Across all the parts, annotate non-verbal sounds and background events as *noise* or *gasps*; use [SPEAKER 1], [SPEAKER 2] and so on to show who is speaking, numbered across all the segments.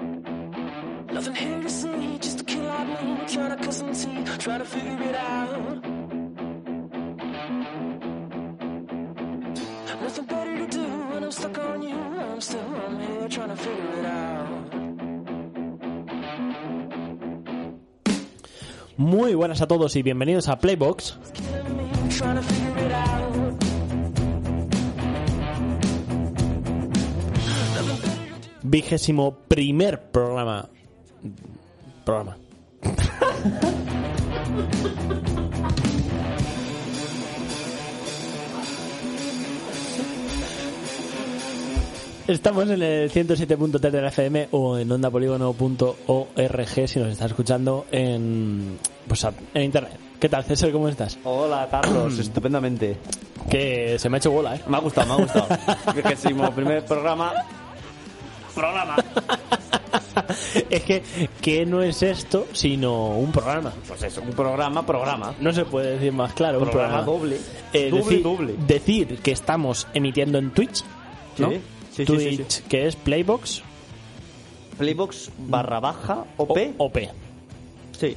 [SPEAKER 1] Nothing here to see, just a kid like me, trying to cut some tea, trying to figure it out. Nothing better to do when I'm stuck on you. I'm still, I'm here trying to figure it out.
[SPEAKER 2] Muy buenas a todos y bienvenidos a Playbox.
[SPEAKER 1] Killing me, trying to figure it out.
[SPEAKER 2] Vigésimo primer programa. Programa. Estamos en el 107.3 de la FM o en ondapoligono.org si nos está escuchando en, pues, a- en internet. ¿Qué tal, César? ¿Cómo estás?
[SPEAKER 3] Hola,
[SPEAKER 2] Mm.
[SPEAKER 3] Carlos, estupendamente.
[SPEAKER 2] Que se me ha hecho bola, ¿eh?
[SPEAKER 3] Me ha gustado, me
[SPEAKER 2] *laughs*
[SPEAKER 3] ha gustado. Vigésimo primer programa. Programa.
[SPEAKER 2] Es que, que no es esto, sino un programa.
[SPEAKER 3] Pues eso, un programa, programa.
[SPEAKER 2] No se puede decir más claro. un
[SPEAKER 3] Programa
[SPEAKER 2] programa
[SPEAKER 3] doble.
[SPEAKER 2] Eh,
[SPEAKER 3] Doble,
[SPEAKER 2] decir,
[SPEAKER 3] doble.
[SPEAKER 2] Decir que estamos emitiendo en Twitch, ¿no?
[SPEAKER 3] Sí, sí, sí,
[SPEAKER 2] Twitch,
[SPEAKER 3] sí, sí.
[SPEAKER 2] que es Playbox
[SPEAKER 3] Playbox barra baja OP.
[SPEAKER 2] o- OP.
[SPEAKER 3] Sí.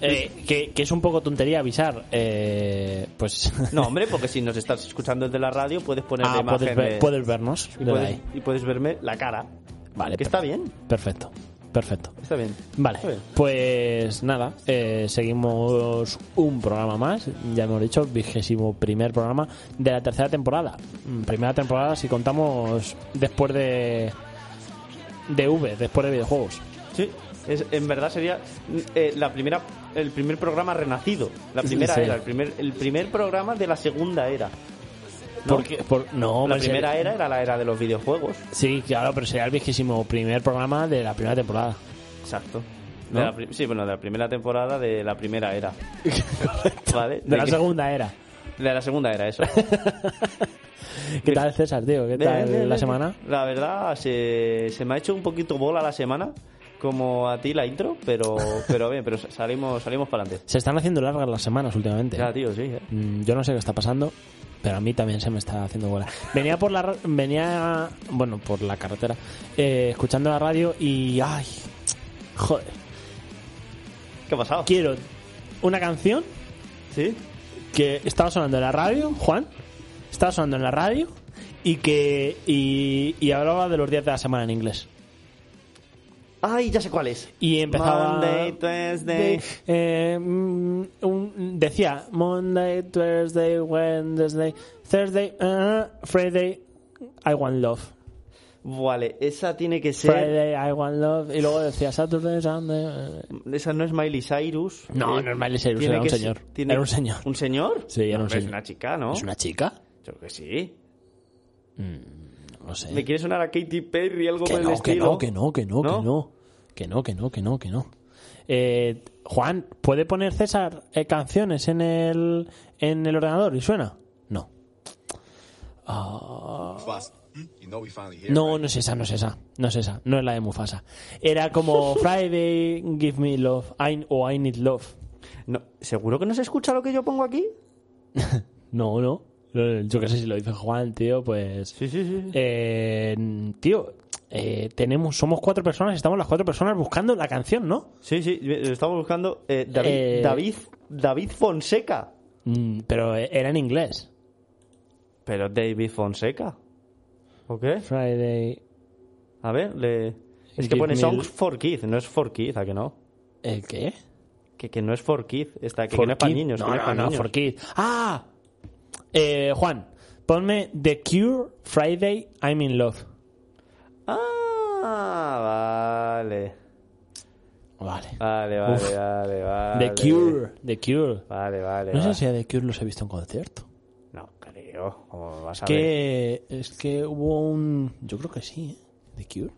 [SPEAKER 2] Eh, que, que es un poco tontería avisar. eh, pues.
[SPEAKER 3] No, hombre, porque si nos estás escuchando desde la radio puedes *laughs* poner la
[SPEAKER 2] Ah,
[SPEAKER 3] imagen
[SPEAKER 2] puedes, ver-
[SPEAKER 3] de-
[SPEAKER 2] puedes vernos.
[SPEAKER 3] y,
[SPEAKER 2] desde
[SPEAKER 3] puedes,
[SPEAKER 2] ahí.
[SPEAKER 3] y puedes verme la cara.
[SPEAKER 2] Vale,
[SPEAKER 3] Que
[SPEAKER 2] per-
[SPEAKER 3] está bien,
[SPEAKER 2] Perfecto, perfecto.
[SPEAKER 3] está bien.
[SPEAKER 2] Vale,
[SPEAKER 3] Está bien.
[SPEAKER 2] pues nada, eh, seguimos un programa más, ya hemos dicho, vigésimo primer programa de la tercera temporada. Mm, Primera temporada si contamos después de... de V, después de videojuegos.
[SPEAKER 3] Sí. Es, en verdad sería eh, la primera, el primer programa renacido. La primera
[SPEAKER 2] Sí.
[SPEAKER 3] era, el primer, el primer programa de la segunda era. ¿No?
[SPEAKER 2] Porque, por, no,
[SPEAKER 3] la
[SPEAKER 2] hombre,
[SPEAKER 3] primera
[SPEAKER 2] sería-
[SPEAKER 3] era era la era de los videojuegos.
[SPEAKER 2] Sí, claro, pero sería el vigésimo primer programa de la primera temporada.
[SPEAKER 3] Exacto.
[SPEAKER 2] ¿No?
[SPEAKER 3] De la pri- sí, bueno, de la primera temporada de la
[SPEAKER 2] *laughs*
[SPEAKER 3] primera era. ¿Vale?
[SPEAKER 2] De la
[SPEAKER 3] que-
[SPEAKER 2] segunda era.
[SPEAKER 3] de la segunda
[SPEAKER 2] *laughs*
[SPEAKER 3] era, eso.
[SPEAKER 2] ¿Qué tal, César, tío? ¿Qué
[SPEAKER 3] Bien, bien,
[SPEAKER 2] tal la
[SPEAKER 3] bien.
[SPEAKER 2] semana?
[SPEAKER 3] La verdad, se, se me ha hecho un poquito bola la semana, como a ti la intro, pero, pero bien, pero salimos, salimos para adelante.
[SPEAKER 2] Se están haciendo largas las semanas últimamente.
[SPEAKER 3] Ya, tío, sí. eh.
[SPEAKER 2] Mm, Yo no sé qué está pasando, pero a mí también se me está haciendo bola. Venía por la ra- venía bueno, por la carretera eh, escuchando la radio y ay, joder,
[SPEAKER 3] ¿Qué ha pasado?
[SPEAKER 2] quiero una canción
[SPEAKER 3] ¿Sí?
[SPEAKER 2] que estaba sonando en la radio, Juan, estaba sonando en la radio y que y, y hablaba de los días de la semana en inglés.
[SPEAKER 3] Ay, ya sé cuál es.
[SPEAKER 2] Y empezaba.
[SPEAKER 3] Monday, Tuesday.
[SPEAKER 2] De- eh, mm, un- decía Monday, Thursday, Wednesday, Thursday, ah, Friday, I want love.
[SPEAKER 3] Vale, esa tiene que ser.
[SPEAKER 2] Friday, I want love. Y luego decía Saturday, Sunday. eh.
[SPEAKER 3] Esa no es Miley Cyrus.
[SPEAKER 2] No, no es Miley Cyrus,
[SPEAKER 3] tiene
[SPEAKER 2] era un
[SPEAKER 3] que
[SPEAKER 2] señor.
[SPEAKER 3] ser- tiene-
[SPEAKER 2] Era un señor.
[SPEAKER 3] ¿Un señor?
[SPEAKER 2] Sí, era
[SPEAKER 3] No,
[SPEAKER 2] un
[SPEAKER 3] pero Es
[SPEAKER 2] señor.
[SPEAKER 3] una chica, ¿no?
[SPEAKER 2] ¿Es una chica?
[SPEAKER 3] Yo que sí.
[SPEAKER 2] No sé.
[SPEAKER 3] ¿Me quiere sonar a Katy Perry algo
[SPEAKER 2] Que
[SPEAKER 3] por el
[SPEAKER 2] no, que no,
[SPEAKER 3] estilo?
[SPEAKER 2] que no, que no, que
[SPEAKER 3] ¿No?
[SPEAKER 2] no. Que no, que no, que no, que no. Eh, Juan, ¿puede poner César eh, canciones en el, en el ordenador y suena? No.
[SPEAKER 4] Mufasa. Hmm? You know we finally here.
[SPEAKER 2] No, no es esa, no es esa, no es esa, no es la de Mufasa. Era como *laughs* Friday, Give Me Love, I, o I Need Love.
[SPEAKER 3] No, ¿Seguro que no se escucha lo que yo pongo aquí?
[SPEAKER 2] No, no, lo- yo qué sé si lo dice Juan, tío, pues...
[SPEAKER 3] Sí, sí, sí.
[SPEAKER 2] Eh, tío, eh, tenemos, somos cuatro personas, estamos las cuatro personas buscando la canción, ¿no?
[SPEAKER 3] Sí, sí, lo estamos buscando. eh, David,
[SPEAKER 2] Eh,
[SPEAKER 3] David, David Fonseca.
[SPEAKER 2] Mm, pero eh, era en inglés.
[SPEAKER 3] Pero David Fonseca. ¿O qué?
[SPEAKER 2] Friday,
[SPEAKER 3] A ver, le... Es que
[SPEAKER 2] Give
[SPEAKER 3] pone
[SPEAKER 2] me
[SPEAKER 3] Songs
[SPEAKER 2] l-
[SPEAKER 3] for Kids, no es for Kids, ¿a que no?
[SPEAKER 2] ¿el qué?
[SPEAKER 3] Que, que no es for Kids, está, que, que
[SPEAKER 2] For
[SPEAKER 3] no es para
[SPEAKER 2] Kid.
[SPEAKER 3] niños. que
[SPEAKER 2] No,
[SPEAKER 3] es
[SPEAKER 2] no,
[SPEAKER 3] pa'
[SPEAKER 2] no,
[SPEAKER 3] niños.
[SPEAKER 2] for Kid. ¡Ah! Eh, Juan, ponme The Cure, Friday, I'm in Love.
[SPEAKER 3] Ah, vale.
[SPEAKER 2] Vale.
[SPEAKER 3] Vale, vale,
[SPEAKER 2] Uf.
[SPEAKER 3] vale, vale.
[SPEAKER 2] The Cure, The Cure.
[SPEAKER 3] Vale, vale.
[SPEAKER 2] No
[SPEAKER 3] vale.
[SPEAKER 2] sé si a The Cure los he visto en concierto.
[SPEAKER 3] No, creo. claro, como vas a ver.
[SPEAKER 2] Que es que hubo un. Yo creo que sí, ¿eh? The Cure.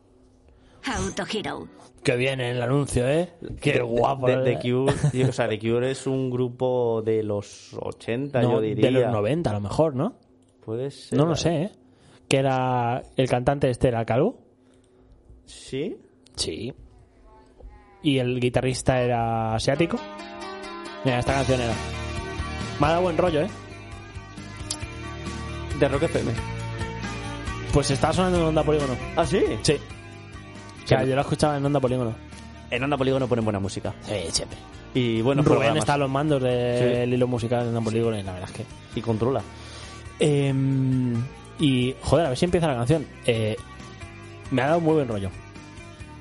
[SPEAKER 5] Auto Hero.
[SPEAKER 2] Que bien el anuncio, ¿eh? Qué
[SPEAKER 3] De-
[SPEAKER 2] guapo.
[SPEAKER 3] de-
[SPEAKER 2] ¿eh?
[SPEAKER 3] de Cure,
[SPEAKER 2] *laughs*
[SPEAKER 3] yo- o sea, The Cure es un grupo de los 80,
[SPEAKER 2] No,
[SPEAKER 3] yo diría.
[SPEAKER 2] de los 90, a lo mejor, ¿no?
[SPEAKER 3] Puede ser.
[SPEAKER 2] No lo sé, ¿eh? Que era el cantante este, era Calvo.
[SPEAKER 3] ¿Sí?
[SPEAKER 2] Sí. ¿Y el guitarrista era asiático? Mira, esta canción era. Me ha dado buen rollo, ¿eh?
[SPEAKER 3] De Rock FM.
[SPEAKER 2] Pues estaba sonando en Onda Polígono.
[SPEAKER 3] ¿Ah, sí?
[SPEAKER 2] Sí. O sea, yo lo escuchaba en Onda Polígono.
[SPEAKER 3] En Onda Polígono ponen buena música.
[SPEAKER 2] Sí, siempre.
[SPEAKER 3] Y bueno,
[SPEAKER 2] Rubén
[SPEAKER 3] programas.
[SPEAKER 2] está a los mandos del
[SPEAKER 3] Sí.
[SPEAKER 2] hilo musical de Onda Polígono y la verdad es que...
[SPEAKER 3] Y controla.
[SPEAKER 2] Em, y, joder, a ver si empieza la canción. Eh, me ha dado muy buen rollo.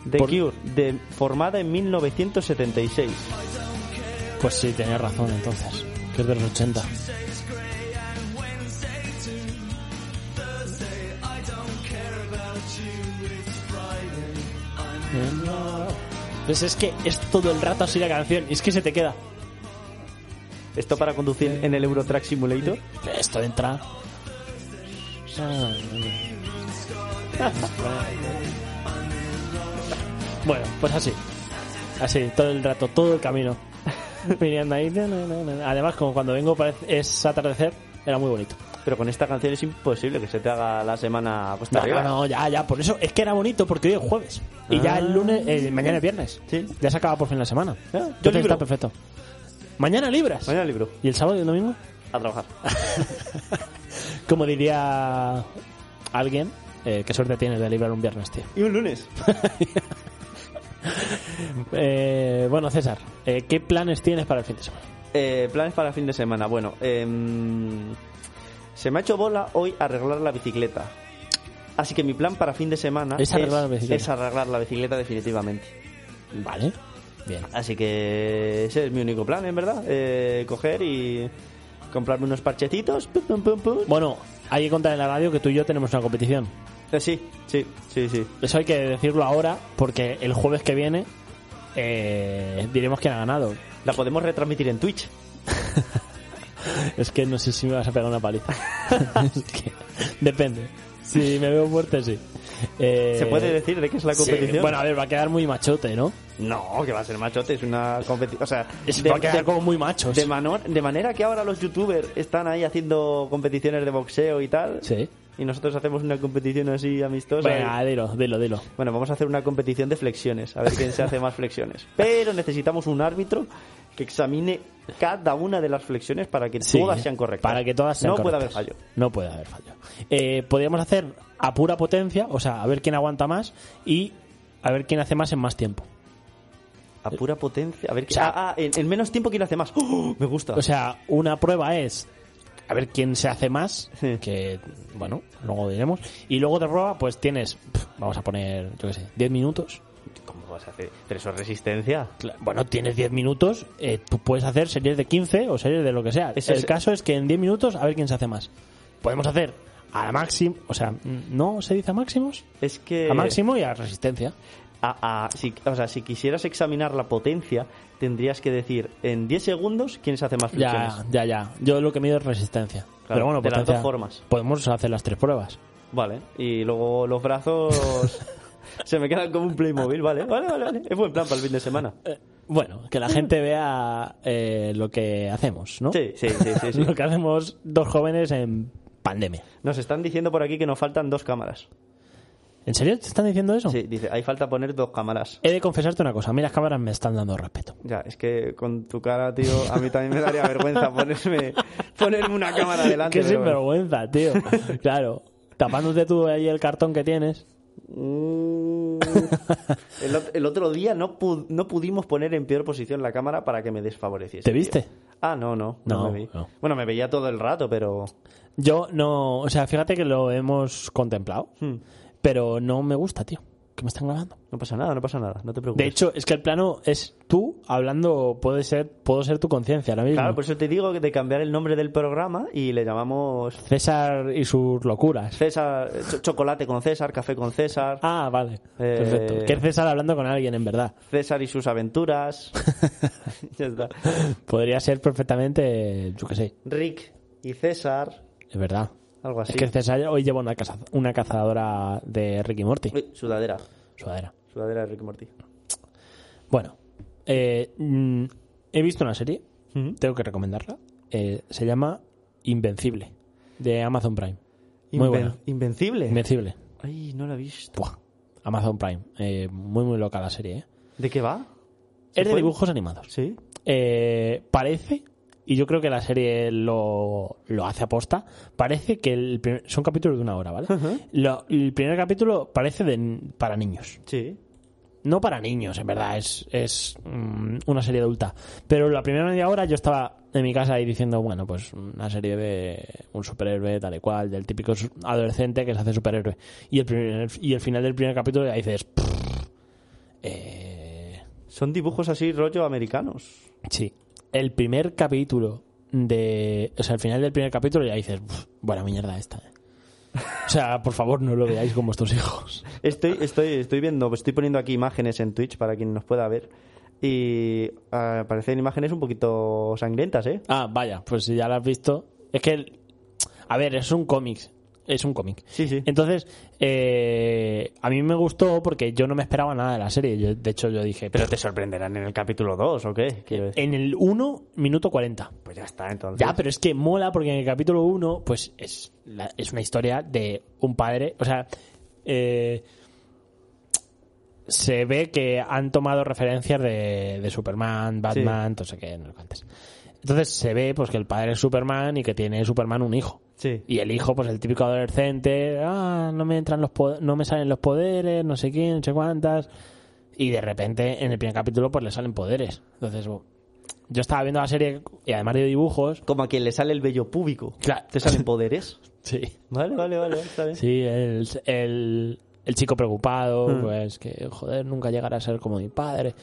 [SPEAKER 3] The
[SPEAKER 2] Por-
[SPEAKER 3] Cure, de, formada en 1976.
[SPEAKER 2] Pues sí, tenía razón entonces. Que es de los 80. Em, Pues es que es todo el rato así la canción. Y es que se te queda.
[SPEAKER 3] Esto para conducir en el Eurotrack Simulator.
[SPEAKER 2] Esto
[SPEAKER 3] *laughs*
[SPEAKER 2] entra. Bueno, pues así. Así, todo el rato, todo el
[SPEAKER 3] *laughs*
[SPEAKER 2] camino. Viniendo ahí. na, na, na, na. Además, como cuando vengo parece- es atardecer, era muy bonito.
[SPEAKER 3] Pero con esta canción es imposible que se te haga la semana a costa
[SPEAKER 2] No,
[SPEAKER 3] arriba.
[SPEAKER 2] Ah, no, ya, ya, por eso es que era bonito porque hoy es jueves. Y ya el lunes, eh, mañana es viernes.
[SPEAKER 3] Ah, Sí.
[SPEAKER 2] Ya se acaba por fin la semana.
[SPEAKER 3] Ah, yo
[SPEAKER 2] Entonces
[SPEAKER 3] libro.
[SPEAKER 2] está perfecto. Mañana libras.
[SPEAKER 3] Mañana el libro.
[SPEAKER 2] ¿Y el sábado y el domingo?
[SPEAKER 3] A trabajar.
[SPEAKER 2] Como diría alguien, eh, qué suerte tienes de librar un viernes, tío.
[SPEAKER 3] Y un lunes.
[SPEAKER 2] Eh, bueno, César, eh, ¿qué planes tienes para el fin de semana?
[SPEAKER 3] Eh, planes para fin de semana. Bueno, em, se me ha hecho bola hoy arreglar la bicicleta. Así que mi plan para fin de semana
[SPEAKER 2] Es arreglar la bicicleta.
[SPEAKER 3] es arreglar la bicicleta definitivamente.
[SPEAKER 2] Vale, bien.
[SPEAKER 3] Así que ese es mi único plan, en verdad. Eh, coger y comprarme unos parchecitos. pum, pum, pum, pum.
[SPEAKER 2] Bueno, hay que contar en la radio que tú y yo tenemos una competición.
[SPEAKER 3] Eh, sí, sí, sí, sí.
[SPEAKER 2] Eso hay que decirlo ahora porque el jueves que viene eh, diremos quién ha ganado.
[SPEAKER 3] La podemos retransmitir en Twitch.
[SPEAKER 2] Es que no sé si me vas a pegar una
[SPEAKER 3] *laughs*
[SPEAKER 2] paliza. Es que depende. Si me veo fuerte, sí. Eh,
[SPEAKER 3] ¿Se puede decir de qué es la
[SPEAKER 2] sí.
[SPEAKER 3] competición?
[SPEAKER 2] Bueno, a ver, va a quedar muy machote, ¿no?
[SPEAKER 3] No, que va a ser machote, es una competición. O sea,
[SPEAKER 2] Es-
[SPEAKER 3] de-
[SPEAKER 2] va a quedar
[SPEAKER 3] de-
[SPEAKER 2] como muy macho.
[SPEAKER 3] de, manor- de manera que ahora los youtubers están ahí haciendo competiciones de boxeo y tal.
[SPEAKER 2] Sí.
[SPEAKER 3] Y nosotros hacemos una competición así amistosa.
[SPEAKER 2] Venga, eh. dilo, dilo, dilo.
[SPEAKER 3] Bueno, vamos a hacer una competición de flexiones, a ver quién se hace
[SPEAKER 2] *laughs*
[SPEAKER 3] más flexiones. Pero necesitamos un árbitro que examine cada una de las flexiones para que
[SPEAKER 2] Sí, eh.
[SPEAKER 3] todas sean correctas.
[SPEAKER 2] Para que todas sean
[SPEAKER 3] No puede haber
[SPEAKER 2] correctas.
[SPEAKER 3] fallo.
[SPEAKER 2] No puede haber fallo. Eh, podríamos hacer a pura potencia, o sea, a ver quién aguanta más y a ver quién hace más en más tiempo.
[SPEAKER 3] A pura potencia. A ver, qué-
[SPEAKER 2] sea-
[SPEAKER 3] ah, ah, en, en menos tiempo quién hace más. ¡Oh! me gusta.
[SPEAKER 2] O sea, una prueba es a ver quién se hace más,
[SPEAKER 3] Sí.
[SPEAKER 2] que bueno, luego diremos. Y luego otra prueba, pues tienes, pf, vamos a poner, yo qué sé, 10 minutos.
[SPEAKER 3] ¿Cómo vas a hacer? Pero eso es resistencia.
[SPEAKER 2] Cla- Bueno, tienes 10 minutos, eh, tú puedes hacer series de 15 o series de lo que sea.
[SPEAKER 3] Eso
[SPEAKER 2] el
[SPEAKER 3] es-
[SPEAKER 2] caso es que en 10 minutos a ver quién se hace más. Podemos hacer a la máxima, o sea, ¿no se dice a máximos?
[SPEAKER 3] Es que.
[SPEAKER 2] A máximo y a resistencia.
[SPEAKER 3] a- a- si, o sea, si quisieras examinar la potencia, tendrías que decir en 10 segundos quién se hace más flexiones.
[SPEAKER 2] Ya, ya, ya. Yo lo que mido es resistencia. Pero bueno,
[SPEAKER 3] de las
[SPEAKER 2] potencia-
[SPEAKER 3] dos formas.
[SPEAKER 2] Podemos hacer las tres pruebas.
[SPEAKER 3] Vale. Y luego
[SPEAKER 2] *laughs*
[SPEAKER 3] los brazos. se me quedan como un Playmobil, vale. Vale, vale, vale. Es buen plan para el fin de semana.
[SPEAKER 2] Bueno,
[SPEAKER 3] *laughs*
[SPEAKER 2] que la gente vea eh, lo que hacemos, ¿no?
[SPEAKER 3] Sí, sí, sí, sí,
[SPEAKER 2] *laughs*
[SPEAKER 3] sí.
[SPEAKER 2] Lo que hacemos dos jóvenes en pandemia.
[SPEAKER 3] Nos están diciendo por aquí que nos faltan dos cámaras.
[SPEAKER 2] ¿En serio te están diciendo eso?
[SPEAKER 3] Sí, dice, hay falta poner dos cámaras.
[SPEAKER 2] He de confesarte una cosa. A mí las cámaras me están dando respeto.
[SPEAKER 3] Ya, es que con tu cara, tío, a mí también me daría vergüenza ponerme, ponerme
[SPEAKER 2] *laughs*
[SPEAKER 3] una cámara delante.
[SPEAKER 2] Qué
[SPEAKER 3] pero bueno.
[SPEAKER 2] sinvergüenza, tío. *laughs* claro. Tapándote tú ahí el cartón que tienes. *laughs*
[SPEAKER 3] Mm. el, ot- el otro día no, pu- no pudimos poner en peor posición la cámara para que me desfavoreciese.
[SPEAKER 2] ¿Te
[SPEAKER 3] tío.
[SPEAKER 2] viste?
[SPEAKER 3] Ah, no, no. No,
[SPEAKER 2] No,
[SPEAKER 3] me vi.
[SPEAKER 2] no.
[SPEAKER 3] Bueno, me veía todo el rato, pero.
[SPEAKER 2] Yo no... O sea, fíjate que lo hemos contemplado.
[SPEAKER 3] hmm,
[SPEAKER 2] Pero no me gusta, tío. Que me están grabando.
[SPEAKER 3] No pasa nada, no pasa nada. No te preocupes.
[SPEAKER 2] De hecho, es que el plano es tú hablando, puede ser, puedo ser tu conciencia ahora mismo.
[SPEAKER 3] Claro, por eso te digo que de cambiar el nombre del programa y le llamamos
[SPEAKER 2] César y sus locuras.
[SPEAKER 3] César, eh, cho- chocolate con César, café con César,
[SPEAKER 2] Ah, vale.
[SPEAKER 3] Eh,
[SPEAKER 2] Perfecto. Que es César hablando con alguien, en verdad.
[SPEAKER 3] César y
[SPEAKER 2] *laughs*
[SPEAKER 3] sus aventuras. ya está.
[SPEAKER 2] Podría ser perfectamente, yo qué sé,
[SPEAKER 3] Rick y César.
[SPEAKER 2] es verdad.
[SPEAKER 3] Algo así.
[SPEAKER 2] Es que Cesalla hoy lleva una, caza- una cazadora de Ricky Morty.
[SPEAKER 3] Uy, sudadera.
[SPEAKER 2] Sudadera.
[SPEAKER 3] Sudadera de Ricky Morty.
[SPEAKER 2] Bueno, eh, mm, he visto una serie, tengo que recomendarla. Eh, se llama Invencible, de Amazon Prime. Muy
[SPEAKER 3] Inven-
[SPEAKER 2] buena.
[SPEAKER 3] Invencible.
[SPEAKER 2] Invencible.
[SPEAKER 3] Ay, no la he visto.
[SPEAKER 2] Buah, Amazon Prime. Eh, muy, muy loca la serie. ¿eh?
[SPEAKER 3] ¿De qué va? ¿Se
[SPEAKER 2] Es de
[SPEAKER 3] puede?
[SPEAKER 2] dibujos animados.
[SPEAKER 3] Sí.
[SPEAKER 2] Eh, parece, y yo creo que la serie lo, lo hace aposta, parece que el primer- son capítulos de una hora, ¿vale?
[SPEAKER 3] Ajá.
[SPEAKER 2] Lo- el primer capítulo parece de, para niños.
[SPEAKER 3] Sí.
[SPEAKER 2] No para niños, en verdad, es, es mm, una serie adulta. Pero la primera media hora yo estaba en mi casa ahí diciendo, bueno, pues una serie de un superhéroe tal y cual, del típico su- adolescente que se hace superhéroe. Y el, primer- y el final del primer capítulo ya dices, "Pff, eh,
[SPEAKER 3] Son dibujos así rollo americanos.
[SPEAKER 2] Sí. El primer capítulo de. O sea, al final del primer capítulo ya dices, "Uf, buena mierda esta. eh". O sea, por favor, no lo veáis con vuestros hijos.
[SPEAKER 3] Estoy, estoy, estoy viendo, estoy poniendo aquí imágenes en Twitch para quien nos pueda ver. Y ah, aparecen imágenes un poquito sangrientas, ¿eh?
[SPEAKER 2] Ah, vaya, pues si ya lo has visto. Es que. el- A ver, es un cómic. Es un cómic.
[SPEAKER 3] Sí, sí.
[SPEAKER 2] Entonces, eh, a mí me gustó porque yo no me esperaba nada de la serie. Yo, de hecho, yo dije.
[SPEAKER 3] Pero te sorprenderán en el capítulo 2, ¿o qué? Quiero decir.
[SPEAKER 2] En el 1, minuto 40.
[SPEAKER 3] Pues ya está, entonces.
[SPEAKER 2] Ya, pero es que mola porque en el capítulo 1, pues es, la- es una historia de un padre. O sea, eh, se ve que han tomado referencias de, de Superman, Batman, no sé qué, no sé cuántas. Entonces se ve pues que el padre es Superman y que tiene Superman un hijo.
[SPEAKER 3] Sí.
[SPEAKER 2] Y el hijo, pues el típico adolescente, ah, no me entran los po- no me salen los poderes, no sé quién, no sé cuántas. Y de repente en el primer capítulo pues le salen poderes. Entonces, bu- yo estaba viendo la serie y además de dibujos,
[SPEAKER 3] Como a quien le sale el vello púbico.
[SPEAKER 2] Claro.
[SPEAKER 3] Te salen poderes.
[SPEAKER 2] sí,
[SPEAKER 3] Vale, vale, vale, está bien.
[SPEAKER 2] sí, el, el, el chico preocupado,
[SPEAKER 3] Hmm.
[SPEAKER 2] pues que joder, nunca llegará a ser como mi padre.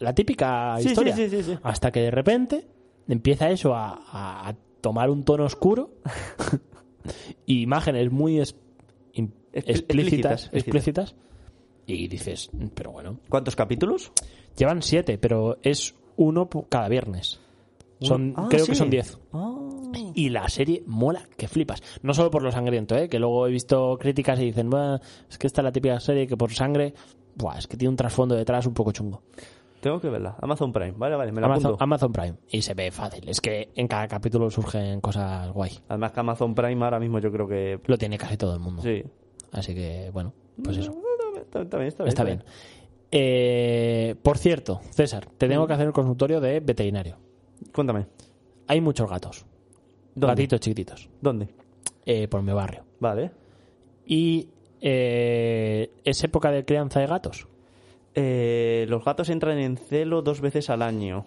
[SPEAKER 2] La típica
[SPEAKER 3] Sí, sí,
[SPEAKER 2] historia.
[SPEAKER 3] sí, sí, sí.
[SPEAKER 2] Hasta que de repente empieza eso a, a- a tomar un tono
[SPEAKER 3] *laughs*
[SPEAKER 2] oscuro y imágenes muy es- im-
[SPEAKER 3] Expl-
[SPEAKER 2] explícitas,
[SPEAKER 3] explícitas,
[SPEAKER 2] explícitas. Y dices, pero bueno,
[SPEAKER 3] ¿Cuántos capítulos?
[SPEAKER 2] llevan siete, pero es uno po- cada viernes. Son,
[SPEAKER 3] Ah,
[SPEAKER 2] creo
[SPEAKER 3] sí.
[SPEAKER 2] que son diez.
[SPEAKER 3] Ah.
[SPEAKER 2] Y la serie mola, que flipas. No solo por lo sangriento, ¿eh? que luego he visto críticas y dicen, "Buah, es que esta es la típica serie que por sangre, buah, es que tiene un trasfondo detrás un poco chungo.
[SPEAKER 3] Tengo que verla. Amazon Prime. Vale, vale, me la
[SPEAKER 2] Amazon,
[SPEAKER 3] apunto.
[SPEAKER 2] Amazon Prime. Y se ve fácil. Es que en cada capítulo surgen cosas guay.
[SPEAKER 3] Además que Amazon Prime ahora mismo yo creo que...
[SPEAKER 2] Lo tiene casi todo el mundo.
[SPEAKER 3] Sí.
[SPEAKER 2] Así que, bueno, pues eso.
[SPEAKER 3] Está, está bien, está bien. Mm.
[SPEAKER 2] Está bien. Eh, por cierto, César, te tengo que hacer un consultorio de veterinario.
[SPEAKER 3] Cuéntame.
[SPEAKER 2] Hay muchos gatos.
[SPEAKER 3] ¿Dónde?
[SPEAKER 2] Gatitos chiquititos.
[SPEAKER 3] ¿Dónde?
[SPEAKER 2] eh, por mi barrio.
[SPEAKER 3] Vale.
[SPEAKER 2] Y eh, es época de crianza de gatos.
[SPEAKER 3] Eh, los gatos entran en celo dos veces al año.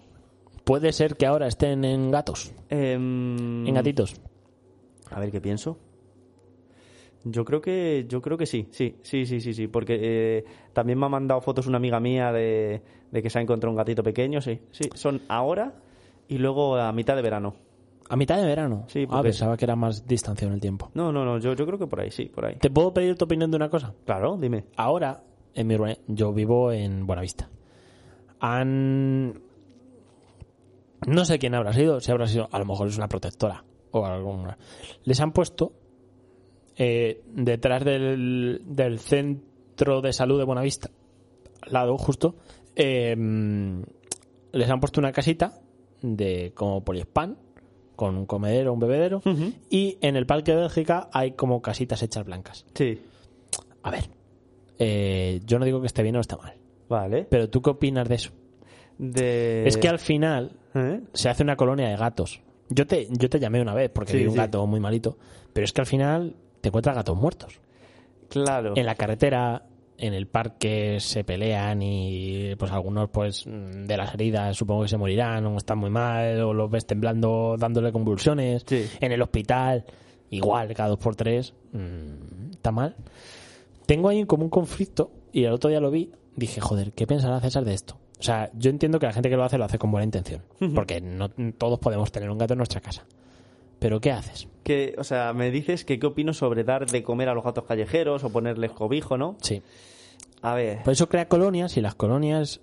[SPEAKER 2] Puede ser que ahora estén en gatos,
[SPEAKER 3] Em,
[SPEAKER 2] en gatitos.
[SPEAKER 3] A ver qué pienso. Yo creo que yo creo que sí, sí, sí, sí, sí, sí, porque eh, también me ha mandado fotos una amiga mía de, de que se ha encontrado un gatito pequeño, sí, sí, son ahora y luego a mitad de verano.
[SPEAKER 2] A mitad de verano.
[SPEAKER 3] Sí,
[SPEAKER 2] ah,
[SPEAKER 3] porque-
[SPEAKER 2] pensaba que era más distancia en el tiempo.
[SPEAKER 3] No, no, no, yo, yo creo que por ahí, sí, por ahí.
[SPEAKER 2] ¿Te puedo pedir tu opinión de una cosa?
[SPEAKER 3] Claro, dime.
[SPEAKER 2] Ahora, en mi urbani- yo vivo en Buenavista. Han... No sé quién habrá sido, si habrá sido, a lo mejor es una protectora o alguna. Les han puesto eh, detrás del, del centro de salud de Buenavista, al lado justo, eh, les han puesto una casita de como poliespan con un comedero, un bebedero, y en el Parque de Bélgica hay como casitas hechas blancas.
[SPEAKER 3] Sí,
[SPEAKER 2] A ver, eh, yo no digo que esté bien o está mal,
[SPEAKER 3] vale.
[SPEAKER 2] pero ¿tú qué opinas de eso?
[SPEAKER 3] De...
[SPEAKER 2] es que al final
[SPEAKER 3] ¿Eh?
[SPEAKER 2] se hace una colonia de gatos. Yo te, yo te llamé una vez porque
[SPEAKER 3] Sí,
[SPEAKER 2] vi un
[SPEAKER 3] sí.
[SPEAKER 2] gato muy malito, pero es que al final te encuentras gatos muertos.
[SPEAKER 3] Claro.
[SPEAKER 2] En la carretera, en el parque se pelean y pues algunos pues mm, de las heridas supongo que se morirán o están muy mal o los ves temblando dándole convulsiones.
[SPEAKER 3] Sí.
[SPEAKER 2] En el hospital, igual, cada dos por tres. mm, Está mal. Tengo ahí como un conflicto y el otro día lo vi. Dije, joder, ¿qué pensará César de esto? O sea, yo entiendo que la gente que lo hace lo hace con buena intención. Porque no todos podemos tener un gato en nuestra casa. Pero ¿qué haces?
[SPEAKER 3] Que, o sea, me dices que qué opino sobre dar de comer a los gatos callejeros o ponerles cobijo, ¿no?
[SPEAKER 2] Sí.
[SPEAKER 3] A ver.
[SPEAKER 2] Por eso crea colonias y las colonias...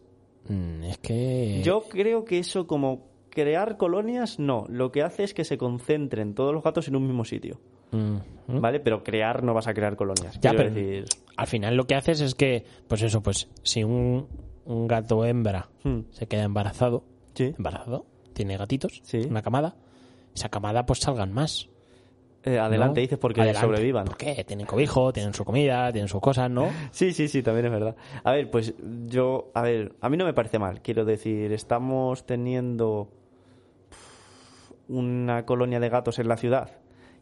[SPEAKER 2] mm, Es que...
[SPEAKER 3] Yo creo que eso como crear colonias, no. Lo que hace es que se concentren todos los gatos en un mismo sitio.
[SPEAKER 2] mm,
[SPEAKER 3] ¿Vale? Pero crear no vas a crear colonias.
[SPEAKER 2] Ya,
[SPEAKER 3] Quiero
[SPEAKER 2] pero
[SPEAKER 3] decir,
[SPEAKER 2] al final lo que haces es que, pues eso, pues si un, un gato hembra
[SPEAKER 3] Hmm.
[SPEAKER 2] se queda embarazado,
[SPEAKER 3] Sí.
[SPEAKER 2] embarazado, tiene gatitos,
[SPEAKER 3] Sí.
[SPEAKER 2] una camada, esa camada pues salgan más.
[SPEAKER 3] eh,
[SPEAKER 2] ¿no?
[SPEAKER 3] adelante dices porque
[SPEAKER 2] Adelante.
[SPEAKER 3] sobrevivan.
[SPEAKER 2] Porque tienen cobijo, tienen su comida, tienen sus cosas,
[SPEAKER 3] *laughs*
[SPEAKER 2] ¿no?
[SPEAKER 3] Sí, sí, sí, también es verdad. A ver, pues yo, a ver, a mí no me parece mal. Quiero decir, estamos teniendo una colonia de gatos en la ciudad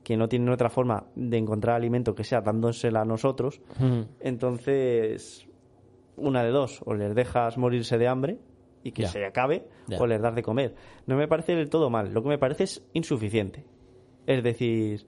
[SPEAKER 3] que no tienen otra forma de encontrar alimento que sea dándosela a nosotros.
[SPEAKER 2] Mm.
[SPEAKER 3] Entonces, una de dos, o les dejas morirse de hambre y que
[SPEAKER 2] Ya.
[SPEAKER 3] se acabe,
[SPEAKER 2] Ya.
[SPEAKER 3] o les das de comer. No me parece del todo mal, lo que me parece es insuficiente. Es decir,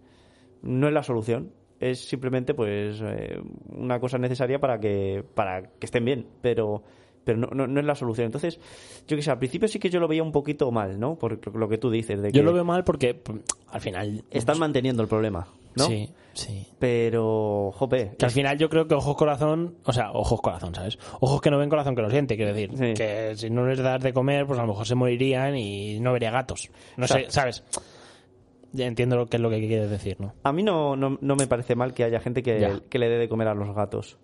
[SPEAKER 3] no es la solución, es simplemente pues eh, una cosa necesaria para que, para que estén bien, pero pero no, no, no es la solución. Entonces, yo que sé, al principio sí que yo lo veía un poquito mal, ¿no? Por lo- lo que tú dices, de que
[SPEAKER 2] Yo lo veo mal porque p- al final...
[SPEAKER 3] están manteniendo el problema, ¿no?
[SPEAKER 2] Sí, sí.
[SPEAKER 3] Pero, jope,
[SPEAKER 2] Que al final yo creo que ojos corazón, o sea, ojos corazón, ¿sabes? Ojos que no ven corazón que lo siente, quiero decir.
[SPEAKER 3] Sí.
[SPEAKER 2] Que si no les das de comer, pues a lo mejor se morirían y no vería gatos. No sé,
[SPEAKER 3] Exacto.
[SPEAKER 2] ¿sabes? Ya entiendo lo que es lo que quieres decir, ¿no?
[SPEAKER 3] A mí no, no, no me parece mal que haya gente
[SPEAKER 2] Ya.
[SPEAKER 3] que, que le dé de comer a los gatos.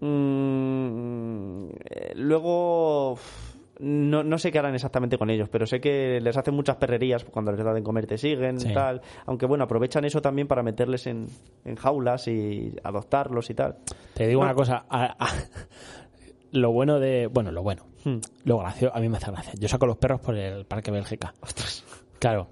[SPEAKER 3] Mm, eh, luego, uf, no, no sé qué harán exactamente con ellos, pero sé que les hacen muchas perrerías cuando les dan de comer, te siguen,
[SPEAKER 2] Sí.
[SPEAKER 3] tal. Aunque bueno, aprovechan eso también para meterles en, en jaulas y adoptarlos y tal.
[SPEAKER 2] Te digo
[SPEAKER 3] No.
[SPEAKER 2] una cosa. a- a- lo bueno de. Bueno, lo bueno.
[SPEAKER 3] Hmm.
[SPEAKER 2] Lo gracioso, a mí me hace gracia. Yo saco los perros por el Parque Bélgica. Claro.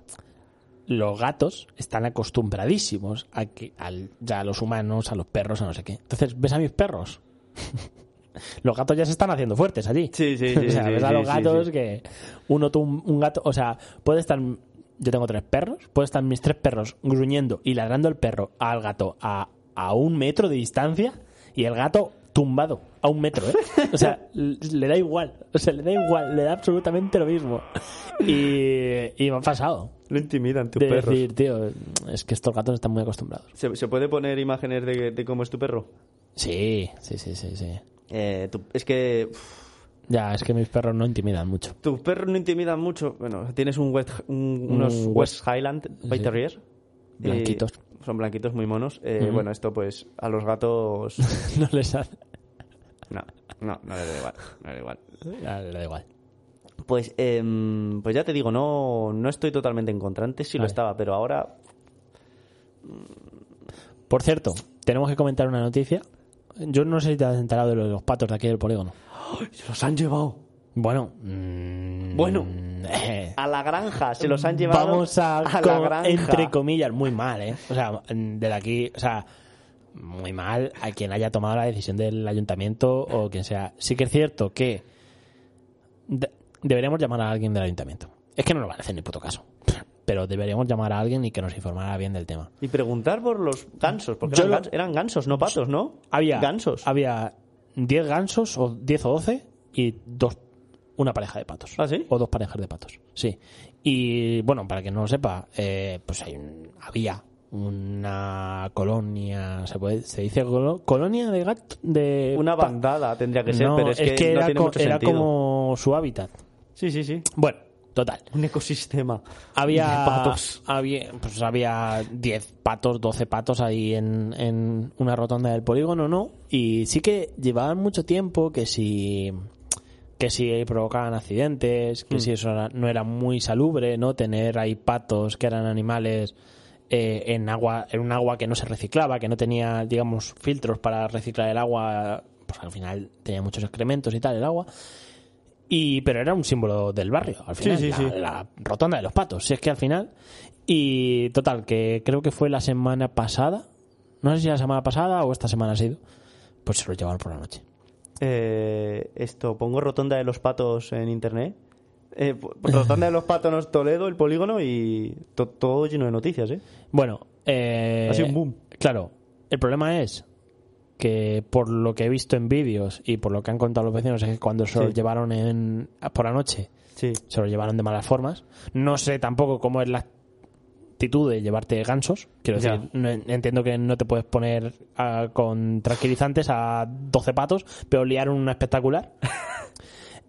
[SPEAKER 2] Los gatos están acostumbradísimos a que al- ya a los humanos, a los perros, a no sé qué. Entonces, ¿ves a mis perros? *laughs* los gatos ya se están haciendo fuertes allí. *laughs*
[SPEAKER 3] Sí, sí, sí,
[SPEAKER 2] O sea,
[SPEAKER 3] sí,
[SPEAKER 2] ves a
[SPEAKER 3] sí,
[SPEAKER 2] los
[SPEAKER 3] sí,
[SPEAKER 2] gatos
[SPEAKER 3] sí.
[SPEAKER 2] que uno tuvo un, un gato, o sea, puede estar yo tengo tres perros, puede estar mis tres perros gruñendo y ladrando el perro al gato a, a un metro de distancia y el gato tumbado a un
[SPEAKER 3] *laughs*
[SPEAKER 2] metro, ¿eh? O sea, l- le da igual, o sea, le da igual, le da absolutamente lo mismo. Y, y me ha pasado.
[SPEAKER 3] Lo intimidan tus
[SPEAKER 2] De decir, tío, es que estos gatos están muy acostumbrados.
[SPEAKER 3] ¿Se, se puede poner imágenes de, de cómo es tu perro?
[SPEAKER 2] Sí, sí, sí, sí, sí.
[SPEAKER 3] Eh, tu- es que uf,
[SPEAKER 2] Ya, es que mis perros no intimidan mucho. *laughs*
[SPEAKER 3] tus perros no intimidan mucho. Bueno, tienes un West, un- unos
[SPEAKER 2] Un
[SPEAKER 3] West, Highland Bay
[SPEAKER 2] sí.
[SPEAKER 3] Terrier.
[SPEAKER 2] Blanquitos.
[SPEAKER 3] Y son blanquitos muy monos. Eh,
[SPEAKER 2] Ujú.
[SPEAKER 3] Bueno, esto pues a los gatos.
[SPEAKER 2] no les hace.
[SPEAKER 3] No, no, no les da igual. No les da igual.
[SPEAKER 2] Ya, Le da igual.
[SPEAKER 3] Pues, em, pues ya te digo, no, no estoy totalmente en contra. Antes sí lo
[SPEAKER 2] Vale.
[SPEAKER 3] estaba, pero ahora.
[SPEAKER 2] Por cierto, tenemos que comentar una noticia. Yo no sé si te has enterado de lo de los patos de aquí del polígono.
[SPEAKER 3] ¡Se los han llevado!
[SPEAKER 2] Bueno. mm,
[SPEAKER 3] Bueno.
[SPEAKER 2] *laughs* eh,
[SPEAKER 3] A la granja, se los han llevado.
[SPEAKER 2] Vamos a,
[SPEAKER 3] la
[SPEAKER 2] co-
[SPEAKER 3] granja.
[SPEAKER 2] entre comillas, muy mal, ¿eh? O sea, desde aquí, o sea, muy mal a quien haya tomado la decisión del ayuntamiento o quien sea. Sí que es cierto que de- deberíamos llamar a alguien del ayuntamiento. Es que no lo van a hacer ni puto caso. Pero deberíamos llamar a alguien y que nos informara bien del tema.
[SPEAKER 3] Y preguntar por los gansos, porque
[SPEAKER 2] Yo
[SPEAKER 3] eran,
[SPEAKER 2] lo-
[SPEAKER 3] gans- eran gansos, no patos, ¿no?
[SPEAKER 2] Había
[SPEAKER 3] Gansos.
[SPEAKER 2] Había 10 gansos, o 10 o 12, y dos, una pareja de patos.
[SPEAKER 3] ¿Ah, sí?
[SPEAKER 2] O dos parejas de patos, sí. Y bueno, para que no lo sepa, eh, pues hay un- había una colonia, se, puede, se dice colo- colonia de gatos. De
[SPEAKER 3] Una
[SPEAKER 2] pa-
[SPEAKER 3] bandada tendría que ser,
[SPEAKER 2] No,
[SPEAKER 3] pero es, que, no
[SPEAKER 2] era,
[SPEAKER 3] tiene
[SPEAKER 2] co-
[SPEAKER 3] mucho
[SPEAKER 2] era
[SPEAKER 3] sentido.
[SPEAKER 2] como su hábitat.
[SPEAKER 3] Sí, sí, sí.
[SPEAKER 2] Bueno, total.
[SPEAKER 3] Un ecosistema.
[SPEAKER 2] Había,
[SPEAKER 3] de patos.
[SPEAKER 2] había pues había 10 patos, 12 patos ahí en, en una rotonda del polígono, ¿no? Y sí que llevaban mucho tiempo que si que si provocaban accidentes, que si eso era- no era muy salubre, ¿no? Tener ahí patos que eran animales eh, en agua en un agua que no se reciclaba, que no tenía, digamos, filtros para reciclar el agua, pues al final tenía muchos excrementos y tal el agua. Y, pero era un símbolo del barrio, al final.
[SPEAKER 3] sí,
[SPEAKER 2] la,
[SPEAKER 3] sí.
[SPEAKER 2] la rotonda de los patos, si es que al final. Y total, que creo que fue la semana pasada. No sé si la semana pasada o esta semana ha sido. Pues se lo llevaron por la noche.
[SPEAKER 3] Eh, esto, pongo Rotonda de los Patos en internet. Eh, po- rotonda de los Patos Toledo, el polígono y to- todo lleno de noticias, ¿eh?
[SPEAKER 2] Bueno, eh,
[SPEAKER 3] Ha sido un boom.
[SPEAKER 2] Claro, el problema es que por lo que he visto en vídeos y por lo que han contado los vecinos es que cuando se lo
[SPEAKER 3] Sí.
[SPEAKER 2] llevaron en, por la noche
[SPEAKER 3] Sí.
[SPEAKER 2] se lo llevaron de malas formas. No sé tampoco cómo es la actitud de llevarte gansos. Quiero
[SPEAKER 3] Ya.
[SPEAKER 2] decir, no- entiendo que no te puedes poner ah, con tranquilizantes a 12 patos, pero liaron una
[SPEAKER 3] *laughs*
[SPEAKER 2] espectacular.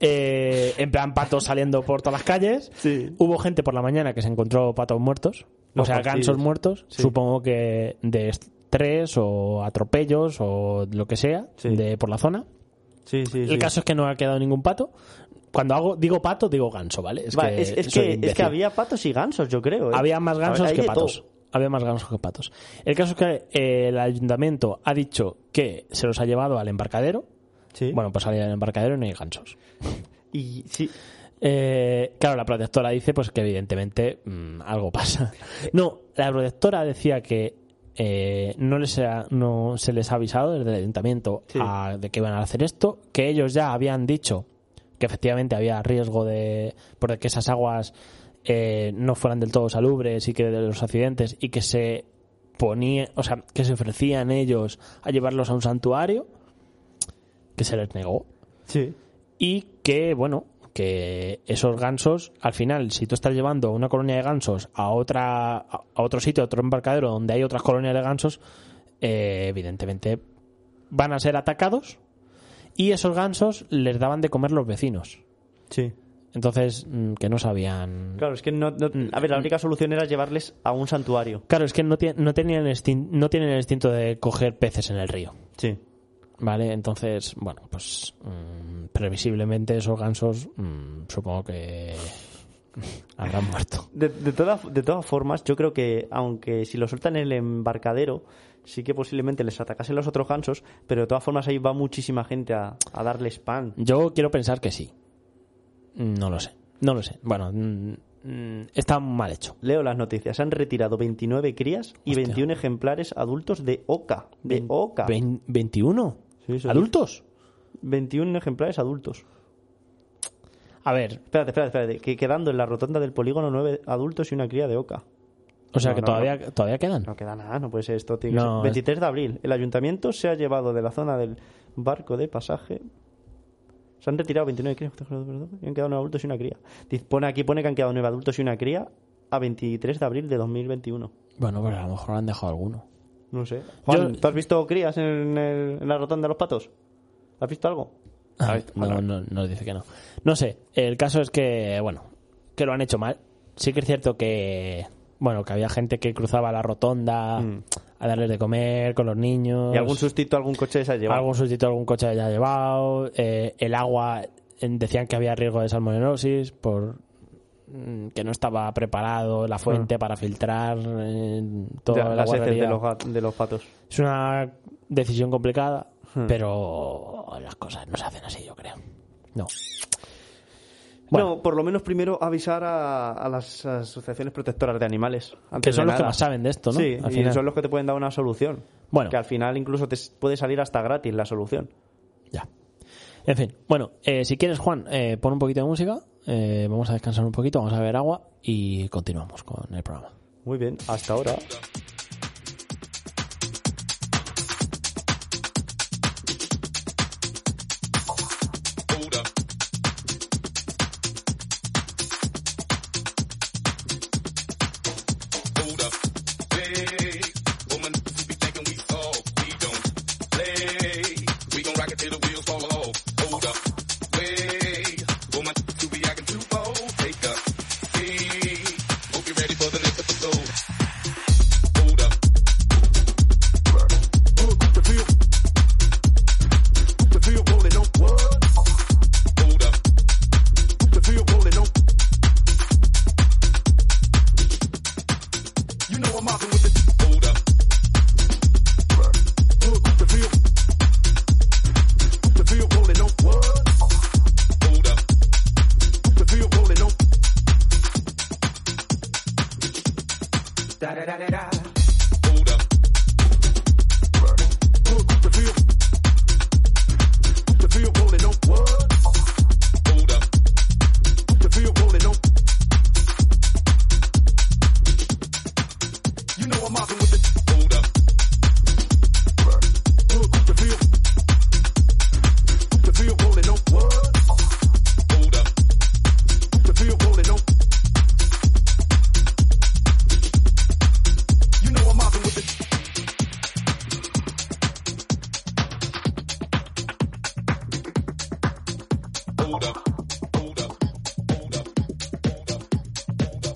[SPEAKER 2] Eh, en plan, patos saliendo por todas las calles.
[SPEAKER 3] Sí.
[SPEAKER 2] Hubo gente por la mañana que se encontró patos muertos. O
[SPEAKER 3] Los
[SPEAKER 2] sea,
[SPEAKER 3] fastidios.
[SPEAKER 2] gansos muertos,
[SPEAKER 3] Sí.
[SPEAKER 2] supongo que de estrés o atropellos o lo que sea
[SPEAKER 3] Sí.
[SPEAKER 2] de por la zona.
[SPEAKER 3] Sí, sí,
[SPEAKER 2] El
[SPEAKER 3] sí.
[SPEAKER 2] caso es que no ha quedado ningún pato. Cuando hago, digo pato, digo ganso, ¿vale? Es
[SPEAKER 3] Vale,
[SPEAKER 2] que,
[SPEAKER 3] es, es
[SPEAKER 2] soy
[SPEAKER 3] que, es
[SPEAKER 2] imbécil.
[SPEAKER 3] que había patos y gansos, yo creo. ¿eh?
[SPEAKER 2] Había más gansos
[SPEAKER 3] Hay
[SPEAKER 2] que
[SPEAKER 3] de
[SPEAKER 2] patos.
[SPEAKER 3] todo.
[SPEAKER 2] Había más gansos que patos. El caso es que eh, el ayuntamiento ha dicho que se los ha llevado al embarcadero.
[SPEAKER 3] Sí.
[SPEAKER 2] Bueno, pues al embarcadero y no hay gansos.
[SPEAKER 3] y sí,
[SPEAKER 2] Eh, claro, la protectora dice pues que evidentemente mm, algo pasa. No, la protectora decía que eh, no, les ha- no se les ha avisado desde el ayuntamiento
[SPEAKER 3] Sí.
[SPEAKER 2] a- de que iban a hacer esto, que ellos ya habían dicho que efectivamente había riesgo de porque que esas aguas eh, no fueran del todo salubres y que de los accidentes y que se ponía, o sea, que se ofrecían ellos a llevarlos a un santuario, que se les negó
[SPEAKER 3] sí.
[SPEAKER 2] y que, bueno, que esos gansos, al final, si tú estás llevando una colonia de gansos a otra a otro sitio, a otro embarcadero donde hay otras colonias de gansos, eh, evidentemente van a ser atacados y esos gansos les daban de comer los vecinos.
[SPEAKER 3] Sí.
[SPEAKER 2] Entonces, mm, que no sabían...
[SPEAKER 3] Claro, es que no, no- A
[SPEAKER 2] Mm.
[SPEAKER 3] ver, la única solución era llevarles a un santuario.
[SPEAKER 2] Claro, es que no, tie- no, tenían el instin- no tienen el instinto de coger peces en el río.
[SPEAKER 3] Sí.
[SPEAKER 2] Vale, entonces, bueno, pues mm, previsiblemente esos gansos mm, supongo que *laughs* habrán muerto.
[SPEAKER 3] De, de, toda- de todas formas, yo creo que, aunque si lo sueltan en el embarcadero, sí que posiblemente les atacasen los otros gansos, pero de todas formas ahí va muchísima gente a, a darles pan.
[SPEAKER 2] Yo quiero pensar que sí. No lo sé, no lo sé. Bueno, mm, mm, está mal hecho.
[SPEAKER 3] Leo las noticias. Han retirado 29 crías y
[SPEAKER 2] Hostia.
[SPEAKER 3] 21 ejemplares adultos de oca. De oca.
[SPEAKER 2] Vein- ¿21?
[SPEAKER 3] Sí, eso
[SPEAKER 2] ¿Adultos?
[SPEAKER 3] 21 ejemplares adultos.
[SPEAKER 2] A ver,
[SPEAKER 3] Espérate, espérate, espérate. Que quedando en la rotonda del polígono 9 adultos y una cría de oca.
[SPEAKER 2] o sea
[SPEAKER 3] No,
[SPEAKER 2] que
[SPEAKER 3] no,
[SPEAKER 2] todavía, todavía quedan.
[SPEAKER 3] No queda nada, no puede ser esto. tiene que
[SPEAKER 2] No,
[SPEAKER 3] ser- 23 de abril. El ayuntamiento se ha llevado de la zona del barco de pasaje. Se han retirado 29 crías. Y han quedado 9 adultos y una cría. Dice- Pone aquí pone que han quedado 9 adultos y una cría a 23 de abril de 2021.
[SPEAKER 2] Bueno, pues a lo mejor han dejado alguno.
[SPEAKER 3] No sé. Juan,
[SPEAKER 2] Yo-
[SPEAKER 3] ¿tú has visto crías en, el- en la rotonda de los patos? ¿Has visto algo?
[SPEAKER 2] Ah, No, no, nos dice que no. No sé, el caso es que, bueno, que lo han hecho mal. Sí que es cierto que, bueno, que había gente que cruzaba la rotonda a darles de comer con los niños.
[SPEAKER 3] Mm. ¿Y algún sustito, algún coche se ha llevado?
[SPEAKER 2] algún sustito, algún coche ya llevado. eh, el agua, en- decían que había riesgo de salmonellosis por mm, que no estaba preparado la fuente para filtrar eh, toda
[SPEAKER 3] Ah. Ya,
[SPEAKER 2] la
[SPEAKER 3] las heces
[SPEAKER 2] guardería.
[SPEAKER 3] de los, gat- de los patos.
[SPEAKER 2] Es una decisión complicada,
[SPEAKER 3] Hmm.
[SPEAKER 2] pero las cosas no se hacen así, yo creo. No. Bueno.
[SPEAKER 3] No, por lo menos primero avisar a, a las asociaciones protectoras de animales. antes
[SPEAKER 2] Que son
[SPEAKER 3] de
[SPEAKER 2] los que
[SPEAKER 3] nada.
[SPEAKER 2] más saben de esto, ¿no?
[SPEAKER 3] Sí,
[SPEAKER 2] Al
[SPEAKER 3] y
[SPEAKER 2] final.
[SPEAKER 3] son los que te pueden dar una solución.
[SPEAKER 2] Bueno.
[SPEAKER 3] Que al final incluso te s- puede salir hasta gratis la solución.
[SPEAKER 2] Ya. En fin, bueno, eh, si quieres, Juan, eh, pon un poquito de música. eh, vamos a descansar un poquito, vamos a beber agua y continuamos con el programa.
[SPEAKER 3] Muy bien, hasta ahora.
[SPEAKER 4] Hold up. Hey, woman, you be thinking we soft. We don't play. We gon' rock it till the wheels fall off. Hold up. Hey, woman, you be acting too bold. Take up. Hey, hope you're ready for the next episode. Hold up. Hold up. Hold up. Hold up. Hold up. Hold up. Hold up. Hold up. Hold up. Hold up. Hold up. Hold up. Hold up.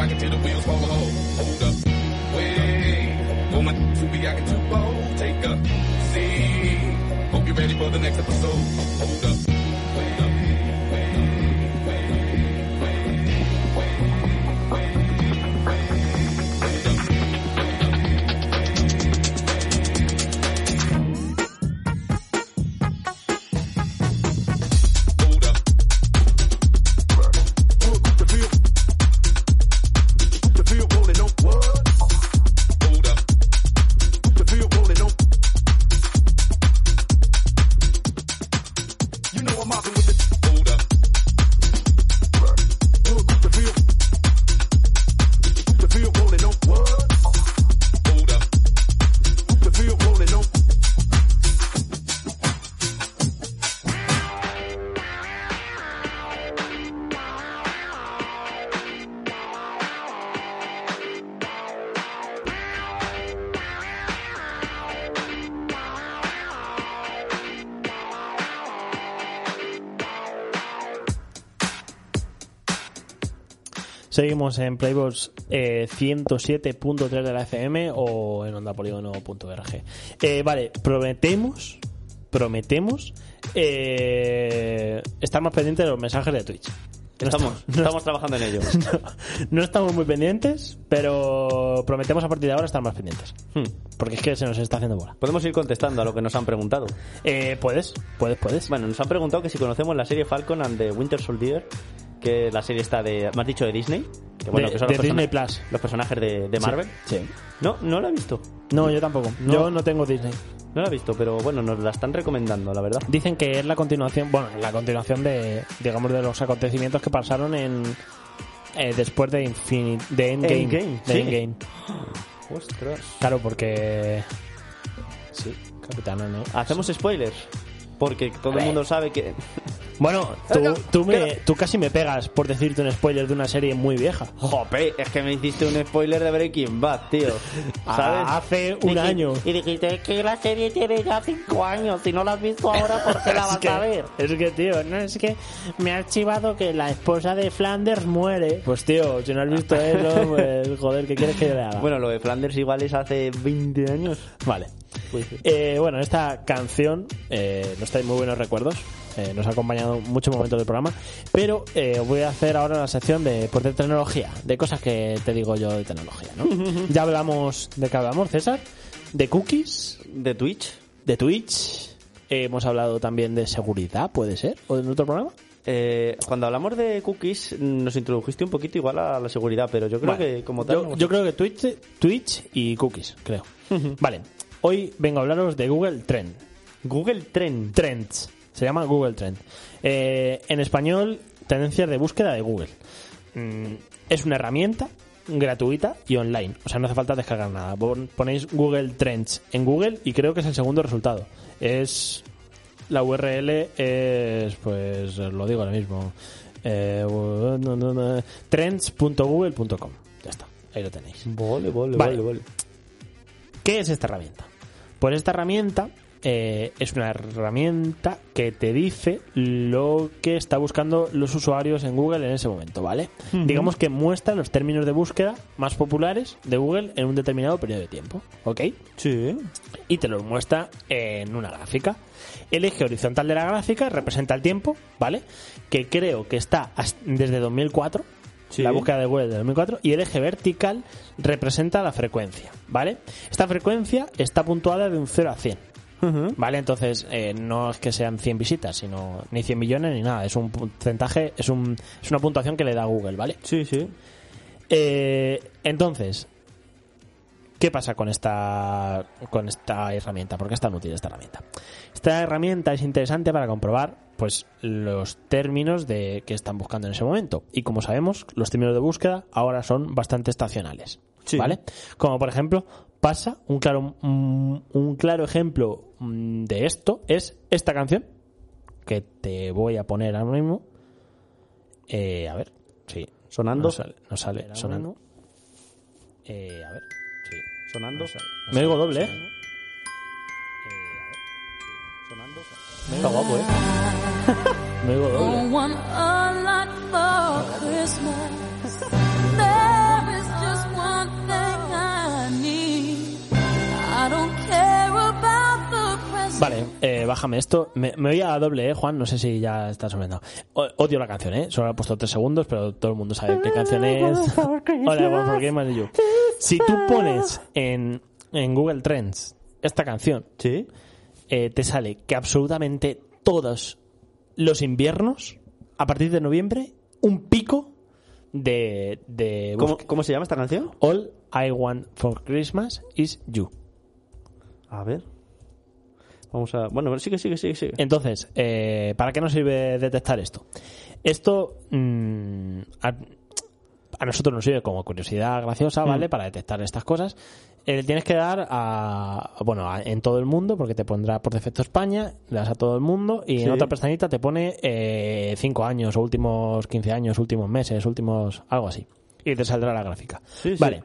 [SPEAKER 4] it till the wheels fall off. Hold up, wait, woman, to be acting too bold. Take a seat. Hope you're ready for the next episode. Hold up, wait up. Hold up. Hold up. You know I'm mopping with the hold up. Hold up.
[SPEAKER 2] Seguimos en Playbox eh, 107.3 de la FM o en ondapoligono.org. Eh, vale, prometemos, prometemos eh, estar más pendientes de los mensajes de Twitch. No
[SPEAKER 3] Estamos, estamos trabajando en
[SPEAKER 2] *laughs*
[SPEAKER 3] ello.
[SPEAKER 2] No estamos muy pendientes, pero prometemos a partir de ahora estar más pendientes.
[SPEAKER 3] Hmm.
[SPEAKER 2] Porque es que se nos está haciendo bola.
[SPEAKER 3] Podemos ir contestando a lo que nos han preguntado.
[SPEAKER 2] Eh, puedes, puedes, puedes.
[SPEAKER 3] Bueno, nos han preguntado que si conocemos la serie Falcon and the Winter Soldier, que la serie está de. ¿Me has dicho de Disney? Que
[SPEAKER 2] De-
[SPEAKER 3] que son
[SPEAKER 2] de
[SPEAKER 3] los persona-
[SPEAKER 2] Disney Plus.
[SPEAKER 3] Los personajes de, de Marvel.
[SPEAKER 2] Sí.
[SPEAKER 3] No, no la he visto.
[SPEAKER 2] No, yo tampoco.
[SPEAKER 3] No.
[SPEAKER 2] Yo no tengo Disney.
[SPEAKER 3] No la he visto, pero bueno, nos la están recomendando, la verdad.
[SPEAKER 2] Dicen que es la continuación, bueno, la continuación de, digamos, de los acontecimientos que pasaron en eh, después de Infinite, de Endgame,
[SPEAKER 3] Endgame,
[SPEAKER 2] de
[SPEAKER 3] sí.
[SPEAKER 2] Endgame.
[SPEAKER 3] Ostras.
[SPEAKER 2] Claro, porque sí, Capitana, ¿no?
[SPEAKER 3] Hacemos spoilers. Porque todo el mundo
[SPEAKER 2] *laughs*
[SPEAKER 3] sabe que.
[SPEAKER 2] Bueno, tú, tú, me,
[SPEAKER 3] Pero-
[SPEAKER 2] tú casi me pegas por decirte un spoiler de una serie muy vieja.
[SPEAKER 3] Jope, es que me hiciste un spoiler de Breaking Bad, tío.
[SPEAKER 2] *laughs*
[SPEAKER 3] ¿Sabes?
[SPEAKER 2] Ah, hace un
[SPEAKER 3] Dijiste-
[SPEAKER 2] año.
[SPEAKER 3] Y dijiste "Es que la serie tiene ya 5 años. Si no la has visto ahora, ¿por qué la vas a ver?
[SPEAKER 2] Es que, tío, no es que me ha archivado que la esposa de Flanders muere. Pues, tío, si no has *laughs* visto eso, pues, joder, ¿qué quieres que yo le haga?
[SPEAKER 3] Bueno, lo de Flanders igual es hace 20 años.
[SPEAKER 2] Vale.
[SPEAKER 3] Pues sí.
[SPEAKER 2] Eh, bueno, esta canción eh, nos trae muy buenos recuerdos. eh, nos ha acompañado muchos momentos del programa. Pero eh, voy a hacer ahora la sección de, pues, de tecnología. De cosas que te digo yo de tecnología, *laughs* ¿no? ya hablamos de qué hablamos, César. De cookies,
[SPEAKER 3] ¿De Twitch?
[SPEAKER 2] de Twitch. eh, hemos hablado también de seguridad, puede ser, o en otro programa.
[SPEAKER 3] Eh, cuando hablamos de cookies, nos introdujiste un poquito igual a la seguridad, pero yo creo
[SPEAKER 2] Vale.
[SPEAKER 3] que como tal.
[SPEAKER 2] Yo,
[SPEAKER 3] no-
[SPEAKER 2] yo creo que Twitch, Twitch y cookies, creo. vale. Hoy vengo a hablaros de Google Trend.
[SPEAKER 3] Google Trend.
[SPEAKER 2] Trends. Se llama Google Trend. Eh, en español, tendencias de búsqueda de Google. Mm, es una herramienta gratuita y online. O sea, no hace falta descargar nada. Pon- Ponéis Google Trends en Google y creo que es el segundo resultado. Es. La URL es. Pues lo digo ahora mismo. Eh, trends.google.com. Ya está. Ahí lo tenéis.
[SPEAKER 3] Vale, vale,
[SPEAKER 2] Vale. ¿Qué es esta herramienta? Pues esta herramienta eh, es una herramienta que te dice lo que está buscando los usuarios en Google en ese momento, ¿vale? Digamos que muestra los términos de búsqueda más populares de Google en un determinado periodo de tiempo, ¿ok?
[SPEAKER 3] Sí.
[SPEAKER 2] Y te los muestra en una gráfica. El eje horizontal de la gráfica representa el tiempo, ¿vale? Que creo que está has- desde 2004,
[SPEAKER 3] Sí.
[SPEAKER 2] la búsqueda de Google de 2004, y el eje vertical representa la frecuencia, ¿vale? Esta frecuencia está puntuada de un 0 a 100, ¿vale? Entonces, eh, no es que sean 100 visitas, sino ni 100 millones ni nada, es un porcentaje, es, un, es una puntuación que le da Google, ¿vale?
[SPEAKER 3] Sí, sí.
[SPEAKER 2] Eh, entonces, ¿qué pasa con esta, con esta herramienta? ¿Por qué es tan útil esta herramienta? Esta herramienta es interesante para comprobar pues, los términos de, que están buscando en ese momento. Y como sabemos, los términos de búsqueda ahora son bastante estacionales.
[SPEAKER 3] Sí.
[SPEAKER 2] ¿Vale? Como por ejemplo, pasa un claro, un, un claro ejemplo mm, de esto es esta canción que te voy a poner ahora mismo. Eh, a ver, sí,
[SPEAKER 3] Sonando.
[SPEAKER 2] no sale, no sale, sonando.
[SPEAKER 3] bueno.
[SPEAKER 2] Eh, a ver, sí.
[SPEAKER 3] Sonando.
[SPEAKER 2] No sale, no Me oigo doble, ¿eh?
[SPEAKER 3] Sonando.
[SPEAKER 2] Está guapo, ¿eh? Me
[SPEAKER 6] Oh,
[SPEAKER 2] oigo doble.
[SPEAKER 7] want a lot for Christmas. There
[SPEAKER 2] eh, bájame esto. Me, me voy a doble, E, Juan? No sé si ya está sorprendido. O- Odio la canción, ¿eh? Solo la he puesto tres segundos, pero todo el mundo sabe qué canción es. *laughs* Hola, one for Christmas is you. Si tú pones en, en Google Trends esta canción,
[SPEAKER 3] Sí.
[SPEAKER 2] eh, te sale que absolutamente todos los inviernos, a partir de noviembre, un pico de... de
[SPEAKER 3] ¿Cómo,
[SPEAKER 2] búsqueda.
[SPEAKER 3] cómo se llama esta canción?
[SPEAKER 2] All I want for Christmas is you.
[SPEAKER 3] A ver. Vamos a. Bueno, sigue, sigue, sigue, sigue.
[SPEAKER 2] Entonces, eh, ¿para qué nos sirve detectar esto? Esto mm, a, a nosotros nos sirve como curiosidad graciosa, ¿vale?
[SPEAKER 3] Mm.
[SPEAKER 2] Para detectar estas cosas. Eh, le tienes que dar a, bueno, a- en todo el mundo, porque te pondrá por defecto España, le das a todo el mundo y
[SPEAKER 3] Sí.
[SPEAKER 2] en otra pestañita te pone 5 años, o últimos 15 años, últimos meses, últimos. algo así. Y te saldrá la gráfica.
[SPEAKER 3] Sí, sí.
[SPEAKER 2] vale.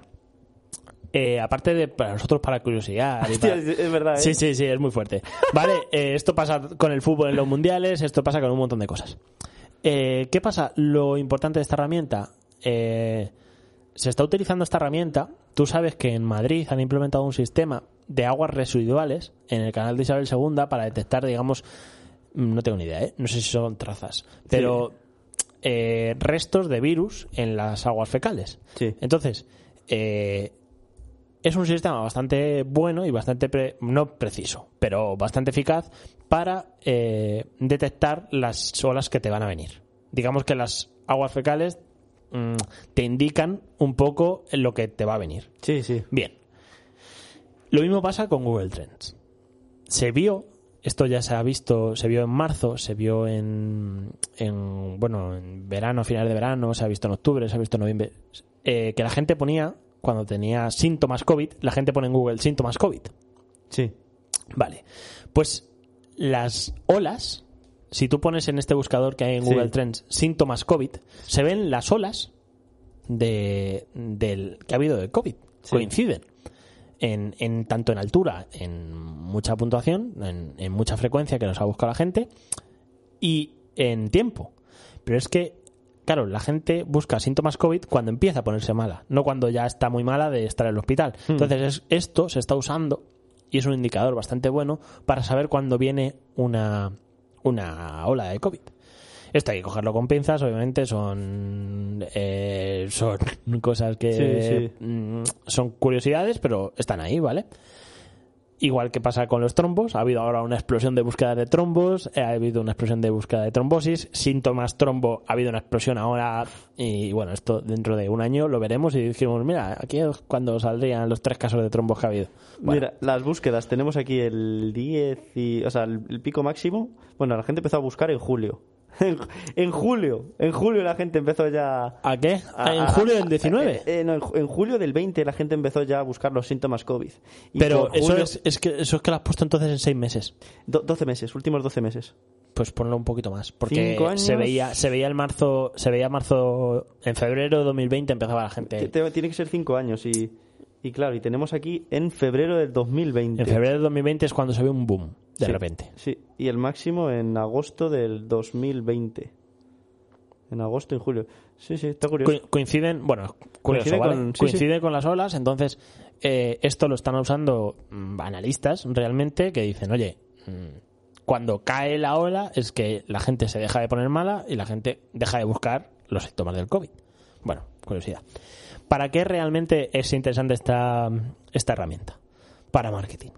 [SPEAKER 2] Eh, aparte de para nosotros, para curiosidad. y
[SPEAKER 3] Hostia,
[SPEAKER 2] para-
[SPEAKER 3] es- es verdad, ¿eh?
[SPEAKER 2] Sí, sí, sí, es muy fuerte.
[SPEAKER 3] *laughs*
[SPEAKER 2] Vale, eh, esto pasa con el fútbol en los mundiales, esto pasa con un montón de cosas. Eh, ¿Qué pasa? Lo importante de esta herramienta. eh, se está utilizando esta herramienta. Tú sabes que en Madrid han implementado un sistema de aguas residuales en el canal de Isabel II para detectar, digamos, mm, no tengo ni idea, ¿eh? no sé si son trazas, pero eh, restos de virus en las aguas fecales.
[SPEAKER 3] Sí.
[SPEAKER 2] Entonces, eh, es un sistema bastante bueno y bastante, pre- no preciso, pero bastante eficaz para eh, detectar las olas que te van a venir. Digamos que las aguas fecales mm, te indican un poco lo que te va a venir.
[SPEAKER 3] Sí, sí.
[SPEAKER 2] Bien. Lo mismo pasa con Google Trends. Se vio, esto ya se ha visto, se vio en marzo, se vio en, en, bueno, en verano, final de verano, se ha visto en octubre, se ha visto en noviembre, eh, que la gente ponía, cuando tenía síntomas COVID, la gente pone en Google síntomas COVID.
[SPEAKER 3] Sí.
[SPEAKER 2] Vale. Pues las olas, si tú pones en este buscador que hay en
[SPEAKER 3] Sí.
[SPEAKER 2] Google Trends síntomas COVID, se ven las olas de, del que ha habido de COVID. Coinciden. En, en- tanto en altura, en mucha puntuación, en, en mucha frecuencia que nos ha buscado la gente y en tiempo. Pero es que, claro, la gente busca síntomas COVID cuando empieza a ponerse mala, no cuando ya está muy mala de estar en el hospital.
[SPEAKER 3] Hmm.
[SPEAKER 2] Entonces, es- esto se está usando y es un indicador bastante bueno para saber cuándo viene una, una ola de COVID. Esto hay que cogerlo con pinzas, obviamente son, eh, son *laughs* cosas que
[SPEAKER 3] Sí, sí.
[SPEAKER 2] mm, son curiosidades, pero están ahí, ¿vale? Igual que pasa con los trombos, ha habido ahora una explosión de búsqueda de trombos, eh, ha habido una explosión de búsqueda de trombosis, síntomas trombo, ha habido una explosión ahora y bueno, esto dentro de un año lo veremos y decimos, mira, aquí es cuando saldrían los tres casos de trombos que ha habido. Bueno,
[SPEAKER 3] Mira, las búsquedas. Tenemos aquí el 10 y. O sea, el, el pico máximo. Bueno, la gente empezó a buscar en julio. *laughs* En, en julio. En julio la gente empezó ya.
[SPEAKER 2] ¿A qué?
[SPEAKER 3] a-
[SPEAKER 2] ¿En julio del
[SPEAKER 3] a-
[SPEAKER 2] 19?
[SPEAKER 3] eh, eh, no, en, ju- en julio del 20 la gente empezó ya a buscar los síntomas COVID. Y
[SPEAKER 2] Pero eso
[SPEAKER 3] por eh, julio-
[SPEAKER 2] es, es que eso es que lo has puesto entonces en seis meses.
[SPEAKER 3] do- 12 meses, últimos 12 meses.
[SPEAKER 2] Pues ponlo un poquito más, porque
[SPEAKER 3] Cinco años.
[SPEAKER 2] se veía se veía el marzo, se veía marzo en febrero de 2020 empezaba la gente.
[SPEAKER 3] Te- Tiene que ser 5 años y. Y claro, y tenemos aquí en febrero del 2020.
[SPEAKER 2] En febrero de 2020 es cuando se ve un boom de
[SPEAKER 3] Sí,
[SPEAKER 2] repente.
[SPEAKER 3] Sí, y el máximo en agosto del 2020. En agosto y julio. Sí, sí, está curioso.
[SPEAKER 2] Co- coinciden, bueno, es curioso,
[SPEAKER 3] Coincide
[SPEAKER 2] ¿vale?
[SPEAKER 3] con- sí,
[SPEAKER 2] coincide con las olas, entonces eh, esto lo están usando mm, analistas realmente que dicen, oye, mm, cuando cae la ola es que la gente se deja de poner mala y la gente deja de buscar los síntomas del COVID. Bueno, curiosidad. ¿Para qué realmente es interesante esta, esta herramienta? Para marketing.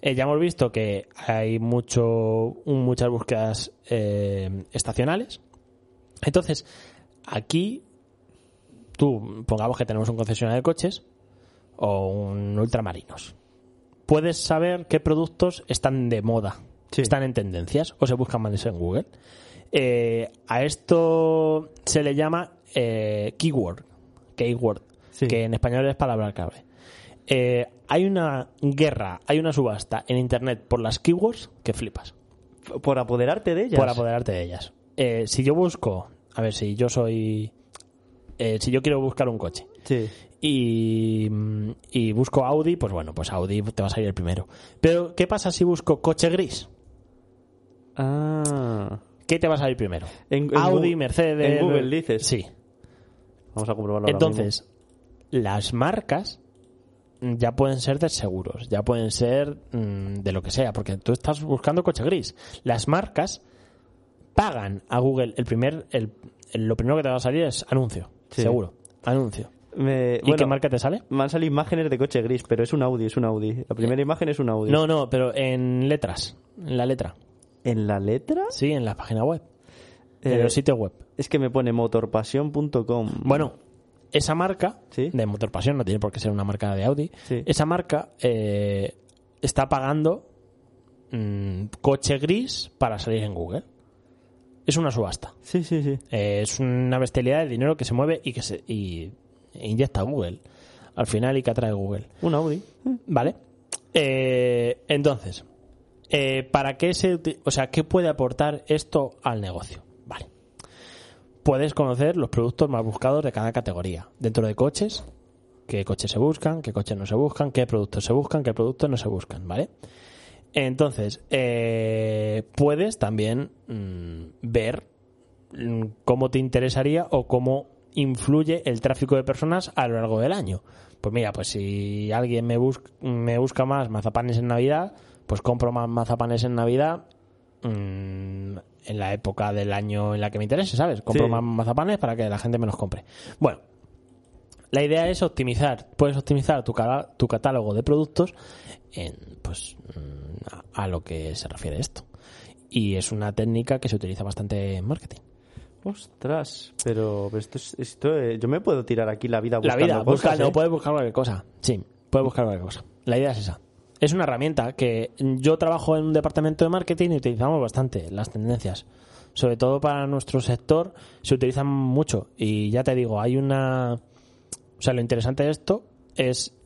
[SPEAKER 2] Eh, ya hemos visto que hay mucho, un- muchas búsquedas eh, estacionales. Entonces, aquí tú, pongamos que tenemos un concesionario de coches o un ultramarinos. Puedes saber qué productos están de moda,
[SPEAKER 3] Sí.
[SPEAKER 2] están en tendencias o se buscan más en Google. Eh, a esto se le llama eh, keyword, keyword
[SPEAKER 3] Sí.
[SPEAKER 2] que en español es palabra clave. Eh, hay una guerra, hay una subasta en internet por las keywords que flipas
[SPEAKER 3] F- Por apoderarte de ellas.
[SPEAKER 2] por apoderarte de ellas. Eh, si yo busco, a ver, si yo soy, eh, si yo quiero buscar un coche
[SPEAKER 3] Sí.
[SPEAKER 2] y, mm, y busco Audi, pues bueno, pues Audi te va a salir el primero. Pero ¿qué pasa si busco coche gris?
[SPEAKER 3] Ah.
[SPEAKER 2] ¿Qué te va a salir primero?
[SPEAKER 3] En- en
[SPEAKER 2] Audi,
[SPEAKER 3] Gu-
[SPEAKER 2] Mercedes.
[SPEAKER 3] en Google dices.
[SPEAKER 2] Sí.
[SPEAKER 3] Vamos a comprobarlo ahora
[SPEAKER 2] Entonces, las marcas mm, ya pueden ser de seguros, ya pueden ser mm, de lo que sea, porque tú estás buscando coche gris. Las marcas pagan a Google el primer, el, el- lo primero que te va a salir es anuncio,
[SPEAKER 3] Sí.
[SPEAKER 2] seguro, anuncio.
[SPEAKER 3] Me-
[SPEAKER 2] ¿Y
[SPEAKER 3] bueno,
[SPEAKER 2] qué marca te sale?
[SPEAKER 3] Me han salido imágenes de coche gris, pero es un Audi, es un Audi. La primera imagen es un Audi.
[SPEAKER 2] Eh, No, no, pero en letras, en la letra,
[SPEAKER 3] ¿En la letra?
[SPEAKER 2] sí, en la página web, en
[SPEAKER 3] Eh,
[SPEAKER 2] el sitio web.
[SPEAKER 3] Es que me pone motorpasión.com.
[SPEAKER 2] Bueno, esa marca
[SPEAKER 3] Sí.
[SPEAKER 2] de Motor Pasión, no tiene por qué ser una marca de Audi,
[SPEAKER 3] Sí.
[SPEAKER 2] esa marca eh, está pagando mm, coche gris para salir en Google. Es una subasta.
[SPEAKER 3] Sí, sí, sí.
[SPEAKER 2] Eh, es una bestialidad de dinero que se mueve y que se y e inyecta a Google. Al final y que atrae Google.
[SPEAKER 3] Un Audi.
[SPEAKER 2] ¿Vale? Eh, entonces, eh, ¿para qué se uti- o sea, qué puede aportar esto al negocio? Vale. Puedes conocer los productos más buscados de cada categoría. Dentro de coches, qué coches se buscan, qué coches no se buscan, qué productos se buscan, qué productos no se buscan, ¿vale? Entonces, eh, puedes también mm, ver mm, cómo te interesaría o cómo influye el tráfico de personas a lo largo del año. Pues mira, pues si alguien me, bus- me busca más mazapanes en Navidad, pues compro más mazapanes en Navidad mm, en la época del año en la que me interese, ¿sabes? Compro
[SPEAKER 3] Sí.
[SPEAKER 2] más mazapanes para que la gente me los compre. Bueno, la idea es optimizar. Puedes optimizar tu, cala- tu catálogo de productos en, pues, mm, a, a lo que se refiere esto. Y es una técnica que se utiliza bastante en marketing.
[SPEAKER 3] Ostras, pero, pero esto es- esto, eh, yo me puedo tirar aquí la vida
[SPEAKER 2] La
[SPEAKER 3] buscando
[SPEAKER 2] vida,
[SPEAKER 3] cosas,
[SPEAKER 2] busca, no,
[SPEAKER 3] ¿eh?
[SPEAKER 2] puedes buscar cualquier cosa. Sí, puedes buscar cualquier cosa. La idea es esa. Es una herramienta que yo trabajo en un departamento de marketing y utilizamos bastante las tendencias. Sobre todo para nuestro sector se utilizan mucho. Y ya te digo, hay una... O sea, lo interesante de esto es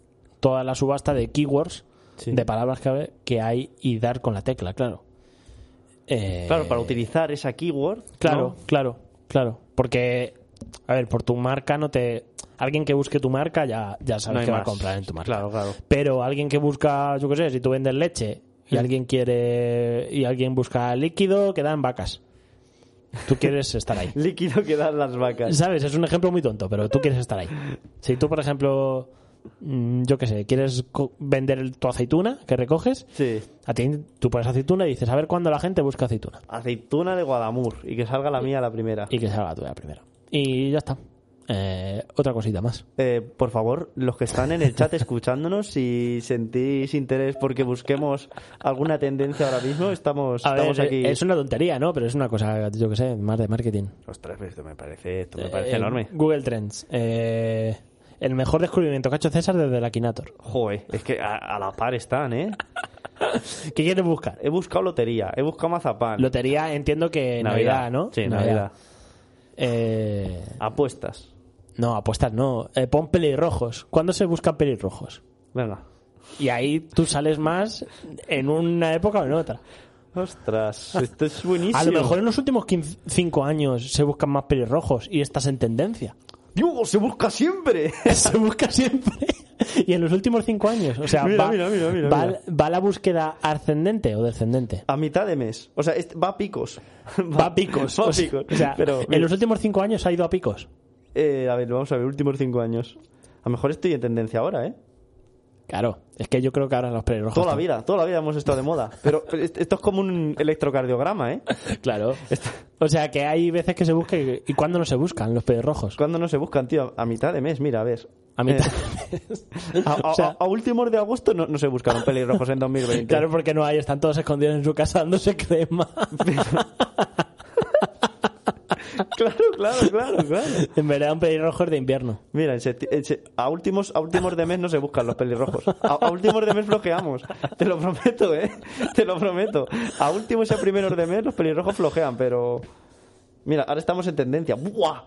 [SPEAKER 2] toda la subasta de keywords,
[SPEAKER 3] Sí.
[SPEAKER 2] de palabras clave que hay y dar con la tecla, claro. Eh,
[SPEAKER 3] Claro, para utilizar esa keyword.
[SPEAKER 2] Claro,
[SPEAKER 3] ¿no?
[SPEAKER 2] claro, claro. Porque, a ver, por tu marca no te. Alguien que busque tu marca ya, ya
[SPEAKER 3] No
[SPEAKER 2] sabes
[SPEAKER 3] hay
[SPEAKER 2] que va a
[SPEAKER 3] más.
[SPEAKER 2] comprar en tu marca.
[SPEAKER 3] Claro, claro.
[SPEAKER 2] Pero alguien que busca, yo qué sé, si tú vendes leche
[SPEAKER 3] Mm.
[SPEAKER 2] y alguien quiere. y alguien busca líquido, quedan vacas. Tú quieres estar
[SPEAKER 3] *laughs*
[SPEAKER 2] ahí.
[SPEAKER 3] Líquido que dan las vacas.
[SPEAKER 2] ¿Sabes? Es un ejemplo muy tonto, pero tú quieres estar ahí. Si tú, por ejemplo, mm, yo qué sé, quieres co- vender el- tu aceituna que recoges,
[SPEAKER 3] Sí.
[SPEAKER 2] a ti, tú pones aceituna y dices, a ver cuándo la gente busca aceituna.
[SPEAKER 3] Aceituna de Guadamur y que salga la mía la primera.
[SPEAKER 2] Y que salga tú la primera. Y ya está. Eh, otra cosita más.
[SPEAKER 3] Eh, por favor, los que están en el chat escuchándonos, si sentís interés porque busquemos alguna tendencia ahora mismo, estamos,
[SPEAKER 2] A ver,
[SPEAKER 3] estamos aquí.
[SPEAKER 2] es una tontería, ¿no? Pero es una cosa, yo que sé, más de marketing.
[SPEAKER 3] Ostras, esto me parece, esto
[SPEAKER 2] Eh, Google Trends. Eh, el mejor descubrimiento que ha hecho César desde la Akinator.
[SPEAKER 3] Joder, es que a, a la par están, ¿eh?
[SPEAKER 2] ¿Qué quieres buscar?
[SPEAKER 3] He buscado lotería, he buscado mazapán.
[SPEAKER 2] Lotería, entiendo que Navidad, ¿no?
[SPEAKER 3] Sí, Navidad.
[SPEAKER 2] Eh,
[SPEAKER 3] Apuestas.
[SPEAKER 2] no, apuestas no. Eh, pon pelirrojos. ¿Cuándo se buscan pelirrojos?
[SPEAKER 3] Venga.
[SPEAKER 2] Y ahí tú sales más en una época o en otra.
[SPEAKER 3] Ostras, esto es buenísimo.
[SPEAKER 2] A lo mejor en los últimos 5 años se buscan más pelirrojos y estás en tendencia.
[SPEAKER 3] ¡Diego, se busca siempre!
[SPEAKER 2] *laughs* se busca siempre. Y en los últimos cinco años, o sea,
[SPEAKER 3] Mira,
[SPEAKER 2] va,
[SPEAKER 3] mira, mira, mira,
[SPEAKER 2] va-
[SPEAKER 3] mira.
[SPEAKER 2] va la búsqueda ascendente o descendente.
[SPEAKER 3] A mitad de mes. O sea, es- va a picos.
[SPEAKER 2] Va a picos.
[SPEAKER 3] *laughs* Va a
[SPEAKER 2] O sea,
[SPEAKER 3] picos.
[SPEAKER 2] o sea,
[SPEAKER 3] Pero,
[SPEAKER 2] en los últimos cinco años ha ido a picos.
[SPEAKER 3] eh, a ver, vamos a ver, últimos cinco años. A lo mejor estoy en tendencia ahora, ¿eh?
[SPEAKER 2] Claro, es que yo creo que ahora los pelirrojos.
[SPEAKER 3] Toda la
[SPEAKER 2] están-
[SPEAKER 3] vida, toda la vida hemos estado de moda. Pero pero est- esto es como un electrocardiograma, ¿eh?
[SPEAKER 2] *laughs* Claro. O sea, que hay veces que se busca y, y cuando no se buscan los pelirrojos.
[SPEAKER 3] Cuando no se buscan, tío? A mitad de mes, mira, a ver.
[SPEAKER 2] A mitad
[SPEAKER 3] Eh, *laughs* a, a-
[SPEAKER 2] *laughs* O sea-
[SPEAKER 3] a- a últimos de agosto no, no se buscaron pelirrojos en 2020.
[SPEAKER 2] Claro, porque no hay, están todos escondidos en su casa dándose *laughs* crema.
[SPEAKER 3] *laughs* claro, claro, claro, claro.
[SPEAKER 2] en verdad, un pelirrojo es de invierno.
[SPEAKER 3] Mira, en septi- en se- a, últimos, a últimos de mes no se buscan los pelirrojos. A, a últimos de mes flojeamos. Te lo prometo, ¿eh? Te lo prometo. A últimos y a primeros de mes los pelirrojos flojean, pero... Mira, ahora estamos en tendencia. ¡Buah!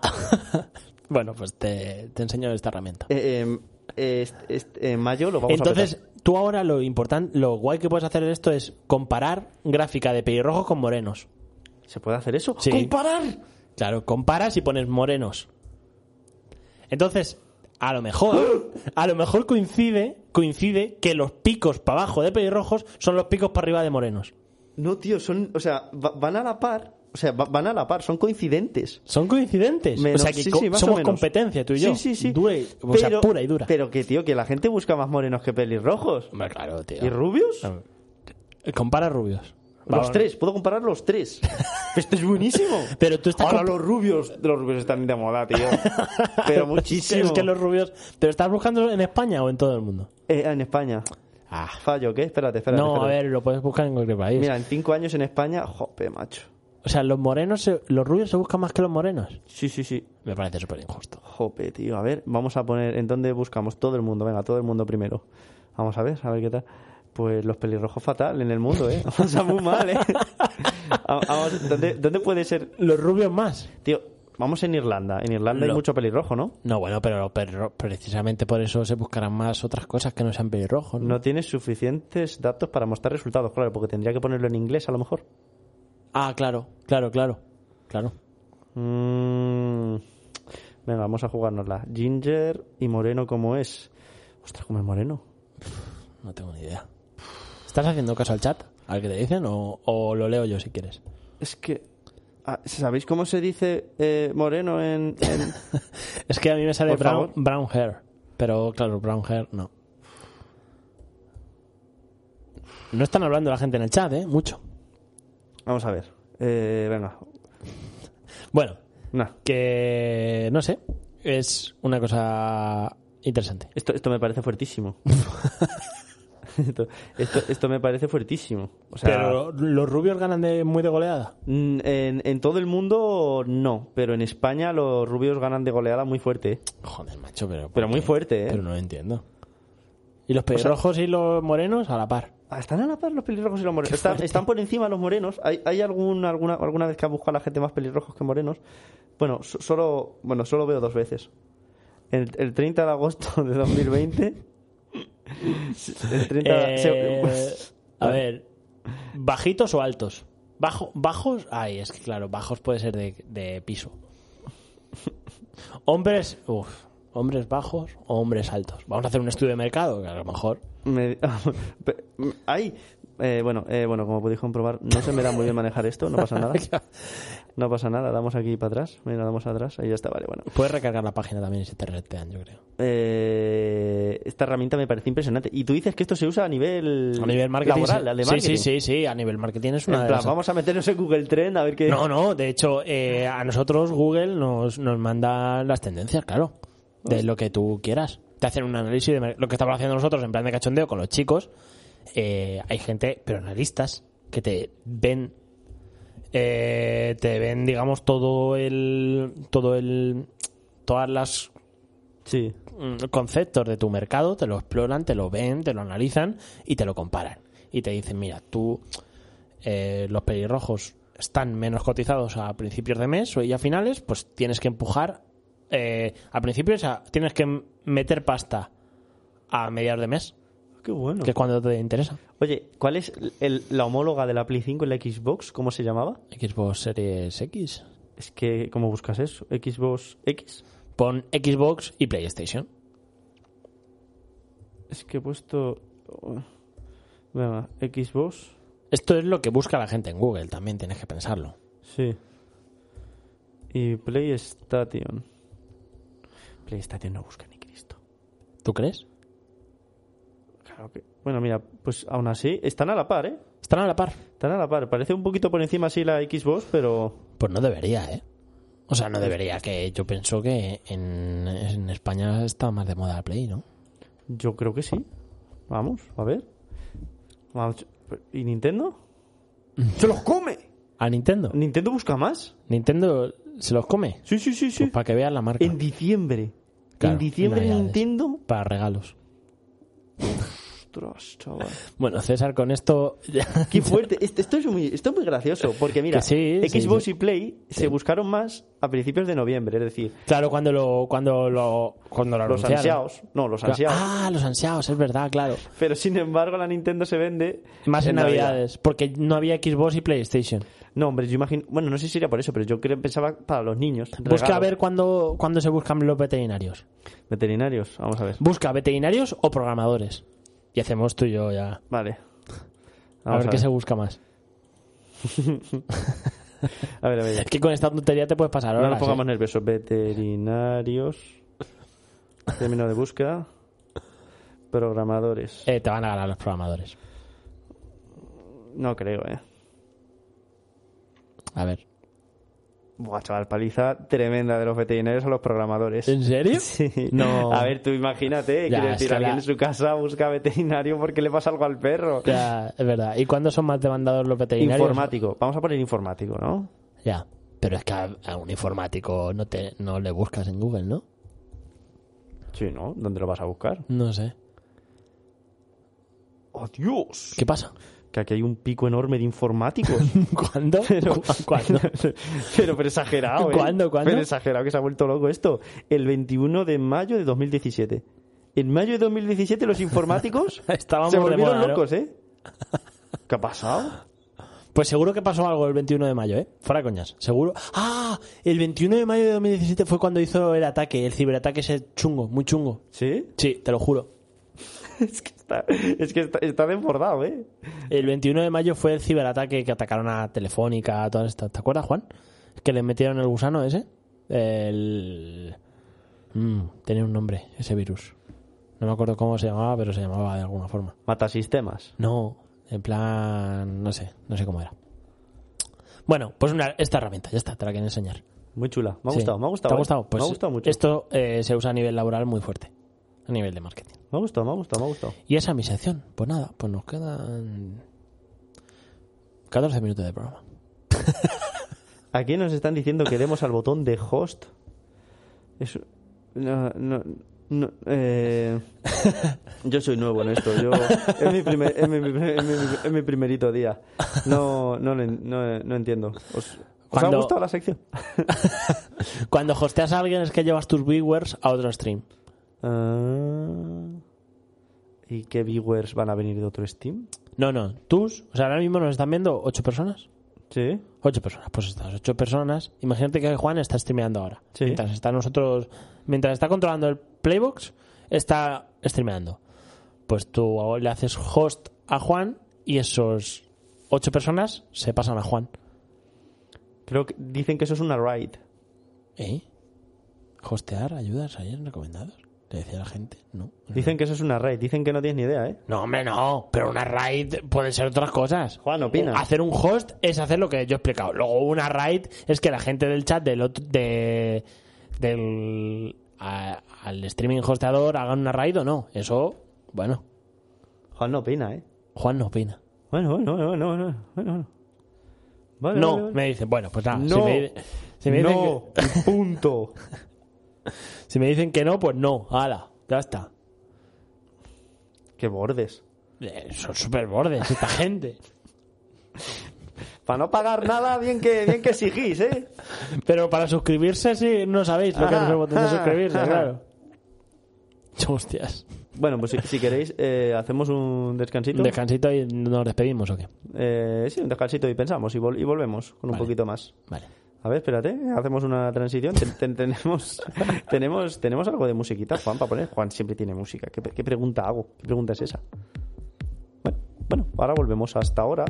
[SPEAKER 2] Bueno, pues te, te enseño esta herramienta.
[SPEAKER 3] Eh, em, est- est- en mayo lo vamos a
[SPEAKER 2] Entonces,
[SPEAKER 3] petar.
[SPEAKER 2] tú ahora lo importante, lo guay que puedes hacer en esto es comparar gráfica de pelirrojos con morenos.
[SPEAKER 3] ¿Se puede hacer eso?
[SPEAKER 2] Sí.
[SPEAKER 3] ¡Comparar!
[SPEAKER 2] Claro, comparas y pones morenos. Entonces, a lo
[SPEAKER 3] *gasps*
[SPEAKER 2] mejor, a lo mejor coincide, coincide que los picos para abajo de pelirrojos son los picos para arriba de morenos.
[SPEAKER 3] No, tío, son... O sea, va- van a la par, O sea, va- van a la par, son coincidentes.
[SPEAKER 2] Son coincidentes.
[SPEAKER 3] Menos-
[SPEAKER 2] o sea, que
[SPEAKER 3] sí,
[SPEAKER 2] co-
[SPEAKER 3] sí, más o
[SPEAKER 2] somos
[SPEAKER 3] menos.
[SPEAKER 2] competencia tú y yo.
[SPEAKER 3] Sí, sí, sí.
[SPEAKER 2] Dure- o sea,
[SPEAKER 3] Pero-
[SPEAKER 2] pura y dura.
[SPEAKER 3] Pero que, tío, que la gente busca más morenos que pelirrojos.
[SPEAKER 2] Hombre, claro, tío.
[SPEAKER 3] ¿Y rubios?
[SPEAKER 2] Eh, Compara rubios.
[SPEAKER 3] Los
[SPEAKER 2] Vamos.
[SPEAKER 3] tres, puedo comparar los tres. Esto es buenísimo.
[SPEAKER 2] *laughs* Pero tú estás
[SPEAKER 3] *laughs* Ahora
[SPEAKER 2] comp-
[SPEAKER 3] los rubios, los rubios están de moda,
[SPEAKER 2] *laughs*
[SPEAKER 3] tío. Pero muchísimo.
[SPEAKER 2] Es que los rubios. ¿Pero estás buscando en España o en todo el mundo?
[SPEAKER 3] Eh, en España.
[SPEAKER 2] Ah.
[SPEAKER 3] Fallo, ¿qué? Espérate, espérate.
[SPEAKER 2] No, a
[SPEAKER 3] espérate.
[SPEAKER 2] ver, lo puedes buscar en cualquier país.
[SPEAKER 3] Mira, en cinco años en España, jope, macho.
[SPEAKER 2] O sea, los morenos, se- los rubios se buscan más que los morenos.
[SPEAKER 3] Sí, sí, sí.
[SPEAKER 2] Me parece súper injusto.
[SPEAKER 3] Jope, tío. A ver, vamos a poner en dónde buscamos todo el mundo. Venga, todo el mundo primero. Vamos a ver, a ver qué tal. Pues los pelirrojos fatal en el mundo,
[SPEAKER 2] *laughs*
[SPEAKER 3] ¿eh? O sea, muy mal, ¿eh? *laughs* Vamos, vamos, ¿dónde, ¿Dónde puede ser?
[SPEAKER 2] ¿Los rubios más?
[SPEAKER 3] Tío, vamos en Irlanda. En Irlanda hay
[SPEAKER 2] Lo-
[SPEAKER 3] mucho pelirrojo, ¿no?
[SPEAKER 2] No, bueno, pero, pero precisamente por eso se buscarán más otras cosas que no sean pelirrojos. ¿no?
[SPEAKER 3] No tienes suficientes datos para mostrar resultados, claro, porque tendría que ponerlo en inglés a lo mejor.
[SPEAKER 2] Ah, claro, claro, claro. Claro.
[SPEAKER 3] Mm. Venga, vamos a jugárnosla. Ginger y Moreno, ¿cómo es? Ostras, ¿cómo es Moreno?
[SPEAKER 2] No tengo ni idea. ¿Estás haciendo caso al chat? ¿Al que te dicen? O, o lo leo yo si quieres?
[SPEAKER 3] Es que. ah, ¿Sabéis cómo se dice eh, Moreno en.? en- *coughs*
[SPEAKER 2] Es que a mí me sale
[SPEAKER 3] Por
[SPEAKER 2] brown,
[SPEAKER 3] favor.
[SPEAKER 2] brown hair. Pero claro, brown hair no. No están hablando la gente en el chat, ¿eh? Mucho.
[SPEAKER 3] Vamos a ver. Eh, venga.
[SPEAKER 2] Bueno,
[SPEAKER 3] Nah.
[SPEAKER 2] que no sé. Es una cosa interesante.
[SPEAKER 3] Esto, esto me parece *laughs* fuertísimo. esto, esto, esto me parece fuertísimo. O sea,
[SPEAKER 2] Pero los rubios ganan de muy de goleada.
[SPEAKER 3] mm, en, en todo el mundo no, pero en España los rubios ganan de goleada muy fuerte. ¿eh?
[SPEAKER 2] Joder, macho, pero.
[SPEAKER 3] Pero muy fuerte, ¿eh?
[SPEAKER 2] Pero no lo entiendo. Y los pelirrojos y los morenos a la par.
[SPEAKER 3] Ah, ¿Están a la par los pelirrojos y los morenos? Están,
[SPEAKER 2] fuerte.
[SPEAKER 3] están por encima los morenos. ¿Hay, hay algún- alguna, alguna vez que ha buscado a la gente más pelirrojos que morenos? Bueno, so- solo, bueno, solo veo dos veces. El, el 30 de agosto de 2020. El 30 de-
[SPEAKER 2] Eh,
[SPEAKER 3] se-
[SPEAKER 2] *laughs*
[SPEAKER 3] *laughs*
[SPEAKER 2] a ver, ¿bajitos o altos? Bajo, bajos, ay, es que claro, bajos puede ser de, de piso. Hombres, uff, hombres bajos o hombres altos. Vamos a hacer un estudio de mercado, que a lo mejor.
[SPEAKER 3] Me- *laughs* pe- ¡Ay! Eh, bueno, eh, bueno, como podéis comprobar, no se me da muy bien manejar esto, no
[SPEAKER 2] *laughs*
[SPEAKER 3] pasa nada. No pasa nada, damos aquí para atrás. Mira, damos atrás, ahí ya está, vale, bueno.
[SPEAKER 2] Puedes recargar la página también si te retean, yo creo.
[SPEAKER 3] Eh, esta herramienta me parece impresionante. Y tú dices que esto se usa a nivel,
[SPEAKER 2] A nivel marketing.
[SPEAKER 3] laboral,
[SPEAKER 2] sí.
[SPEAKER 3] al de
[SPEAKER 2] sí,
[SPEAKER 3] marketing.
[SPEAKER 2] sí, sí, sí, a nivel marketing es
[SPEAKER 3] En
[SPEAKER 2] una de
[SPEAKER 3] plan,
[SPEAKER 2] las-
[SPEAKER 3] vamos a meternos en Google Trend a ver qué.
[SPEAKER 2] No, no, de hecho, eh, a nosotros Google nos, nos manda las tendencias, claro, de lo que tú quieras. Te hacen un análisis de mer- lo que estamos haciendo nosotros en plan de cachondeo con los chicos. eh, hay gente, pero analistas, que te ven, eh, te ven, digamos, todo el, todo el, todas las
[SPEAKER 3] Sí.
[SPEAKER 2] mm, conceptos de tu mercado, te lo exploran, te lo ven, te lo analizan y te lo comparan. Y te dicen, mira, tú, eh, los pelirrojos están menos cotizados a principios de mes y a finales, pues tienes que empujar eh, a principios, a- tienes que m- meter pasta a mediados de mes,
[SPEAKER 3] Qué bueno.
[SPEAKER 2] que es cuando te interesa.
[SPEAKER 3] Oye, ¿cuál es el- la homóloga de la Play 5 en la Xbox? ¿Cómo se llamaba?
[SPEAKER 2] Xbox Series X.
[SPEAKER 3] Es que, ¿cómo buscas eso? ¿Xbox X?
[SPEAKER 2] Pon Xbox y PlayStation.
[SPEAKER 3] Es que he puesto. oh, Venga, Xbox.
[SPEAKER 2] Esto es lo que busca la gente en Google, también tienes que pensarlo.
[SPEAKER 3] Sí. Y PlayStation. PlayStation no busca ni Cristo.
[SPEAKER 2] ¿Tú crees?
[SPEAKER 3] Claro que. Bueno, mira, pues aún así, están a la par, ¿eh?
[SPEAKER 2] Están a la par.
[SPEAKER 3] Están a la par. Parece un poquito por encima así la Xbox, pero.
[SPEAKER 2] Pues no debería, ¿eh? O sea,
[SPEAKER 3] Pues
[SPEAKER 2] no debería, que yo pienso que en, en España está más de moda la Play, ¿no?
[SPEAKER 3] Yo creo que sí. Vamos, a ver. Vamos, ¿Y Nintendo? ¡Se los come!
[SPEAKER 2] ¿A Nintendo?
[SPEAKER 3] ¿Nintendo busca más?
[SPEAKER 2] ¿Nintendo se los come?
[SPEAKER 3] Sí, sí, sí, sí.
[SPEAKER 2] Pues para que vean la marca.
[SPEAKER 3] en diciembre.
[SPEAKER 2] Claro,
[SPEAKER 3] en diciembre
[SPEAKER 2] navidades.
[SPEAKER 3] Nintendo.
[SPEAKER 2] Para regalos.
[SPEAKER 3] Ostras,
[SPEAKER 2] *laughs*
[SPEAKER 3] chaval.
[SPEAKER 2] Bueno, César, con esto...
[SPEAKER 3] *laughs* Qué fuerte. Este- Esto es muy, esto es muy gracioso. Porque
[SPEAKER 2] *laughs*
[SPEAKER 3] mira,
[SPEAKER 2] Que sí, sí,
[SPEAKER 3] Xbox
[SPEAKER 2] sí.
[SPEAKER 3] y Play se buscaron más a principios de noviembre. Es decir,
[SPEAKER 2] claro, cuando lo, cuando lo, cuando lo
[SPEAKER 3] los
[SPEAKER 2] anunciaron.
[SPEAKER 3] ansiados. No, los
[SPEAKER 2] Claro.
[SPEAKER 3] ansiados.
[SPEAKER 2] Ah, los ansiados, es verdad, claro.
[SPEAKER 3] Pero sin embargo, la Nintendo se vende.
[SPEAKER 2] Más en,
[SPEAKER 3] Navidad.
[SPEAKER 2] Navidades, porque no había Xbox y PlayStation.
[SPEAKER 3] No, hombre, yo imagino. Bueno, no sé si era por eso, pero yo creo, pensaba para los niños.
[SPEAKER 2] Busca a
[SPEAKER 3] regalos.
[SPEAKER 2] ver cuándo, cuándo se buscan los veterinarios.
[SPEAKER 3] Veterinarios, vamos a ver.
[SPEAKER 2] Busca veterinarios o programadores. Y hacemos tú y yo ya.
[SPEAKER 3] Vale.
[SPEAKER 2] A ver qué se busca más.
[SPEAKER 3] A ver, a ver.
[SPEAKER 2] Es que con esta tontería te puedes pasar
[SPEAKER 3] No
[SPEAKER 2] horas.
[SPEAKER 3] nos pongamos
[SPEAKER 2] ¿eh?
[SPEAKER 3] nerviosos. Veterinarios. Término de búsqueda. Programadores.
[SPEAKER 2] Eh, te van a ganar los programadores.
[SPEAKER 3] No creo, eh.
[SPEAKER 2] A ver.
[SPEAKER 3] Buah, chaval, paliza tremenda de los veterinarios a los programadores.
[SPEAKER 2] ¿En *laughs* serio?
[SPEAKER 3] *laughs* Sí.
[SPEAKER 2] No.
[SPEAKER 3] A ver, tú imagínate,
[SPEAKER 2] Ya,
[SPEAKER 3] quiero
[SPEAKER 2] es
[SPEAKER 3] decir,
[SPEAKER 2] que
[SPEAKER 3] alguien
[SPEAKER 2] la-
[SPEAKER 3] en su casa busca veterinario porque le pasa algo al perro.
[SPEAKER 2] Ya, es verdad. ¿Y cuándo son más demandados los veterinarios?
[SPEAKER 3] Informático. Vamos a poner informático, ¿no?
[SPEAKER 2] Ya. Pero es que a, a un informático no, te, no le buscas en Google, ¿no?
[SPEAKER 3] Sí, ¿no? ¿Dónde lo vas a buscar?
[SPEAKER 2] No sé.
[SPEAKER 3] ¡Oh, Dios!
[SPEAKER 2] ¿Qué pasa?
[SPEAKER 3] Que aquí hay un pico enorme de informáticos.
[SPEAKER 2] *laughs* ¿Cuándo?
[SPEAKER 3] *laughs*
[SPEAKER 2] *laughs*
[SPEAKER 3] Pero,
[SPEAKER 2] ¿Cu- ¿Cuándo?
[SPEAKER 3] *laughs* pero, pero exagerado, ¿eh?
[SPEAKER 2] ¿Cuándo, cuándo?
[SPEAKER 3] Pero exagerado que se ha vuelto loco esto. El 21 de mayo de 2017. En mayo de 2017 los *laughs* informáticos
[SPEAKER 2] Estábamos
[SPEAKER 3] se
[SPEAKER 2] de
[SPEAKER 3] volvieron
[SPEAKER 2] moda, ¿no?
[SPEAKER 3] locos, ¿eh? ¿Qué ha pasado?
[SPEAKER 2] Pues seguro que pasó algo el 21 de mayo, ¿eh? Fuera coñas, seguro. ¡Ah! El 21 de mayo de 2017 fue cuando hizo el ataque, el ciberataque ese chungo, muy chungo.
[SPEAKER 3] ¿Sí?
[SPEAKER 2] Sí, te lo juro.
[SPEAKER 3] *laughs* Es que está, es que está, está desbordado, ¿eh?
[SPEAKER 2] El 21 de mayo fue el ciberataque que atacaron a Telefónica, a todas estas. ¿Te acuerdas, Juan? Que le metieron el gusano ese. El. Mm, tenía un nombre, ese virus. No me acuerdo cómo se llamaba, pero se llamaba de alguna forma.
[SPEAKER 3] Matasistemas.
[SPEAKER 2] No, en plan. No sé, no sé cómo era. Bueno, pues una, esta herramienta, ya está, te la quiero enseñar.
[SPEAKER 3] Muy chula. Me ha
[SPEAKER 2] Sí.
[SPEAKER 3] gustado, me ha gustado.
[SPEAKER 2] ¿Te ha
[SPEAKER 3] ¿eh?
[SPEAKER 2] gustado? Pues
[SPEAKER 3] me ha gustado mucho.
[SPEAKER 2] Esto eh, se usa a nivel laboral muy fuerte, a nivel de marketing.
[SPEAKER 3] Me ha gustado, me ha gustado, me ha gustado.
[SPEAKER 2] Y esa es mi sección. Pues nada, pues nos quedan 14 minutos de programa.
[SPEAKER 3] Aquí nos están diciendo que demos al botón de host. Eso. No, no, no, eh, yo soy nuevo en esto. Yo, es, mi primer- es mi- es mi- es mi- es mi primerito día. No, no, lo en- no, no entiendo. ¿Os, os ha
[SPEAKER 2] Cuando-
[SPEAKER 3] gustado la sección?
[SPEAKER 2] Cuando hosteas a alguien es que llevas tus viewers a otro stream.
[SPEAKER 3] Ah, ¿Y qué viewers van a venir de otro Steam?
[SPEAKER 2] No, no, tus. O sea, ahora mismo nos están viendo 8 personas.
[SPEAKER 3] Sí.
[SPEAKER 2] 8 personas, pues estas 8 personas. Imagínate que Juan está streameando ahora.
[SPEAKER 3] Sí.
[SPEAKER 2] Mientras está nosotros. Mientras está controlando el Playbox, está streameando. Pues tú le haces host a Juan y esos 8 personas se pasan a Juan.
[SPEAKER 3] Creo que dicen que eso es una raid.
[SPEAKER 2] ¿Eh? ¿Hostear ayudas ayer en recomendados? Le decía la gente, no.
[SPEAKER 3] Dicen que eso es una raid. Dicen que no tienes ni idea, ¿eh?
[SPEAKER 2] No, hombre, no. Pero una raid pueden ser otras cosas.
[SPEAKER 3] Juan, opina.
[SPEAKER 2] Hacer un host es hacer lo que yo he explicado. Luego una raid es que la gente del chat del otro, de, del a- al streaming hosteador hagan una raid o no. Eso, bueno,
[SPEAKER 3] Juan no opina, ¿eh?
[SPEAKER 2] Juan no opina.
[SPEAKER 3] Bueno, bueno, bueno, bueno, bueno, bueno. Vale,
[SPEAKER 2] no,
[SPEAKER 3] vale, vale.
[SPEAKER 2] me dice, bueno, pues nada. si
[SPEAKER 3] No.
[SPEAKER 2] me, si me dicen
[SPEAKER 3] no, y *laughs* punto.
[SPEAKER 2] que, si me dicen que no, pues no. Hala, ya está.
[SPEAKER 3] Qué bordes.
[SPEAKER 2] Eh, Son súper bordes esta *laughs* gente.
[SPEAKER 3] Para no pagar nada, bien que, bien que exigís, ¿eh?
[SPEAKER 2] Pero para suscribirse, sí, no sabéis lo que
[SPEAKER 3] Ajá,
[SPEAKER 2] es el botón de
[SPEAKER 3] ajá,
[SPEAKER 2] suscribirse,
[SPEAKER 3] ajá.
[SPEAKER 2] claro. Ah. *laughs* Hostias.
[SPEAKER 3] Bueno, pues si, si queréis, eh, hacemos un descansito.
[SPEAKER 2] Un descansito y nos despedimos, ¿o qué?
[SPEAKER 3] Eh, sí, un descansito y pensamos y, vol- y volvemos con un
[SPEAKER 2] Vale.
[SPEAKER 3] poquito más.
[SPEAKER 2] Vale.
[SPEAKER 3] A ver, espérate, hacemos una transición. Ten- ten- tenemos, *laughs* tenemos, tenemos algo de musiquita, Juan, para poner. Juan siempre tiene música. ¿Qué, pe- qué pregunta hago? ¿Qué pregunta es esa? Bueno, bueno, ahora volvemos hasta ahora.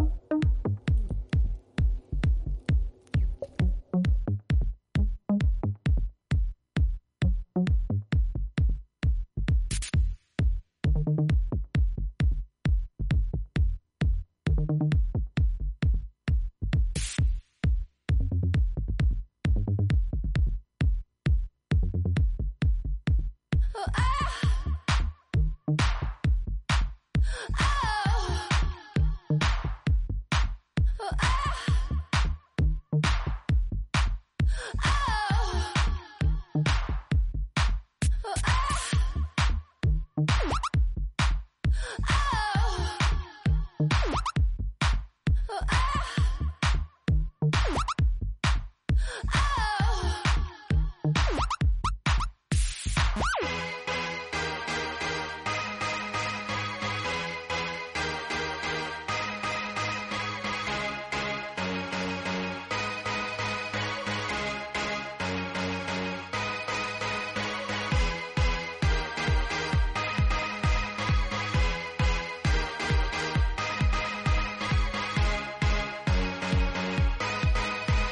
[SPEAKER 7] Thank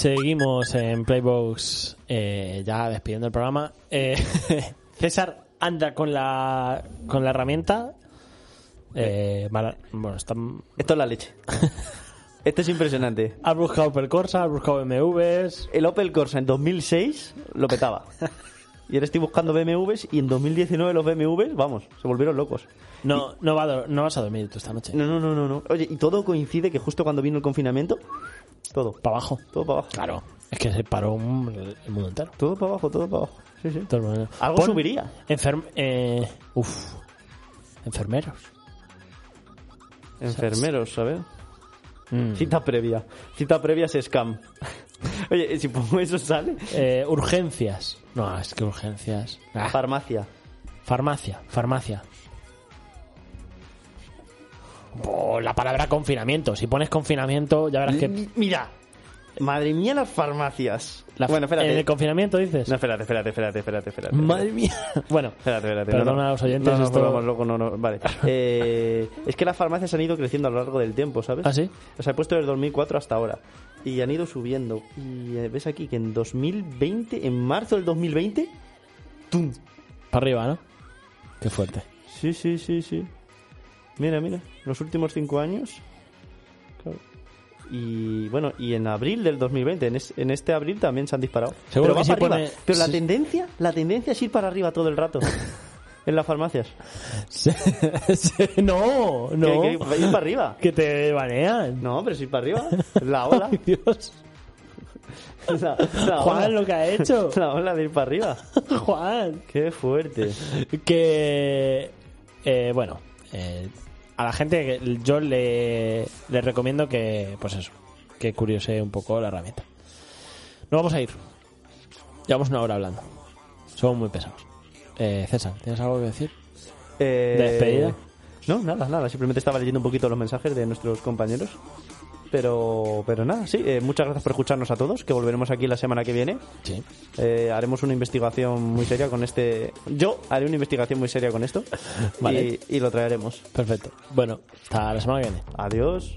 [SPEAKER 2] Seguimos en Playbox, eh, ya despidiendo el programa. Eh, *laughs* César anda con la, con la herramienta. Eh, mala- bueno, está,
[SPEAKER 3] Esto es la leche. *laughs* Esto es impresionante.
[SPEAKER 2] has buscado Opel Corsa, has buscado MVs.
[SPEAKER 3] El Opel Corsa en 2006 lo
[SPEAKER 2] *laughs*
[SPEAKER 3] petaba. Y ahora estoy buscando BMWs y en 2019 los BMWs, vamos, se volvieron locos.
[SPEAKER 2] No, no, va a dor- no vas a dormir tú esta noche.
[SPEAKER 3] No, no, no, no, no. Oye, y todo coincide que justo cuando vino el confinamiento, todo,
[SPEAKER 2] Para abajo.
[SPEAKER 3] todo para abajo.
[SPEAKER 2] Claro. Es que se paró un- el mundo entero.
[SPEAKER 3] Todo para abajo, todo para abajo. Sí, sí.
[SPEAKER 2] Todo el mundo.
[SPEAKER 3] Algo subiría.
[SPEAKER 2] enferm- eh, uf. Enfermeros.
[SPEAKER 3] Enfermeros, ¿sabes?
[SPEAKER 2] Mm.
[SPEAKER 3] Cita previa. Cita previa es scam. *laughs* Oye, si pongo eso sale.
[SPEAKER 2] Eh, urgencias. No, es que urgencias. Ah,
[SPEAKER 3] Farmacia.
[SPEAKER 2] farmacia, farmacia. Oh, la palabra confinamiento. Si pones confinamiento, ya verás que.
[SPEAKER 3] Mi- Mira. Madre mía, las farmacias.
[SPEAKER 2] la-
[SPEAKER 3] bueno, espérate.
[SPEAKER 2] En el confinamiento dices.
[SPEAKER 3] No, espérate, espérate, espérate, espérate, espérate.
[SPEAKER 2] Madre mía. Bueno,
[SPEAKER 3] Espérate, espérate.
[SPEAKER 2] Perdona
[SPEAKER 3] no, no.
[SPEAKER 2] a los oyentes,
[SPEAKER 3] No, no,
[SPEAKER 2] esto-
[SPEAKER 3] volvamos locos, no, no,
[SPEAKER 2] *laughs*
[SPEAKER 3] Vale. Eh, es que las farmacias han ido creciendo a lo largo del tiempo, ¿sabes?
[SPEAKER 2] ¿Ah, sí?
[SPEAKER 3] O sea, he puesto desde 2004 hasta ahora. Y han ido subiendo. Y eh, ves aquí que en 2020, en marzo del 2020... ¡Tum!
[SPEAKER 2] para arriba, ¿no? Qué fuerte. *laughs*
[SPEAKER 3] Sí, sí, sí, sí. Mira, mira. Los últimos cinco años... Claro. Y bueno, y en abril del 2020, en, es- en este abril también se han disparado.
[SPEAKER 2] Seguro
[SPEAKER 3] Pero
[SPEAKER 2] que
[SPEAKER 3] va
[SPEAKER 2] sí
[SPEAKER 3] para arriba.
[SPEAKER 2] pone-
[SPEAKER 3] Pero la
[SPEAKER 2] sí.
[SPEAKER 3] tendencia, la tendencia es ir para arriba todo
[SPEAKER 2] *laughs*
[SPEAKER 3] el rato. en las farmacias.
[SPEAKER 2] no, no.
[SPEAKER 3] Que, que ir
[SPEAKER 2] *laughs*
[SPEAKER 3] para arriba.
[SPEAKER 2] Que te banean.
[SPEAKER 3] No, pero si para arriba. La
[SPEAKER 2] *laughs*
[SPEAKER 3] ola.
[SPEAKER 2] Ay, Dios.
[SPEAKER 3] La, la ola.
[SPEAKER 2] Juan, lo que ha hecho.
[SPEAKER 3] La ola de ir para arriba.
[SPEAKER 2] Juan.
[SPEAKER 3] Qué fuerte.
[SPEAKER 2] Que. eh, bueno. eh, a la gente que- yo le, le recomiendo que. Pues eso. Que curiose un poco la herramienta. No vamos a ir. Llevamos una hora hablando. Somos muy pesados. Eh, César, ¿tienes algo que decir?
[SPEAKER 3] Eh,
[SPEAKER 2] *laughs* Despedida.
[SPEAKER 3] No, nada, nada. Simplemente estaba leyendo un poquito los mensajes de nuestros compañeros. Pero, pero nada, sí. eh, muchas gracias por escucharnos a todos. Que volveremos aquí la semana que viene.
[SPEAKER 2] Sí.
[SPEAKER 3] Eh, haremos una investigación muy seria con este. Yo haré una investigación muy seria con esto.
[SPEAKER 2] *laughs* Vale.
[SPEAKER 3] Y, y lo traeremos.
[SPEAKER 2] Perfecto. Bueno, hasta la semana que viene.
[SPEAKER 3] Adiós.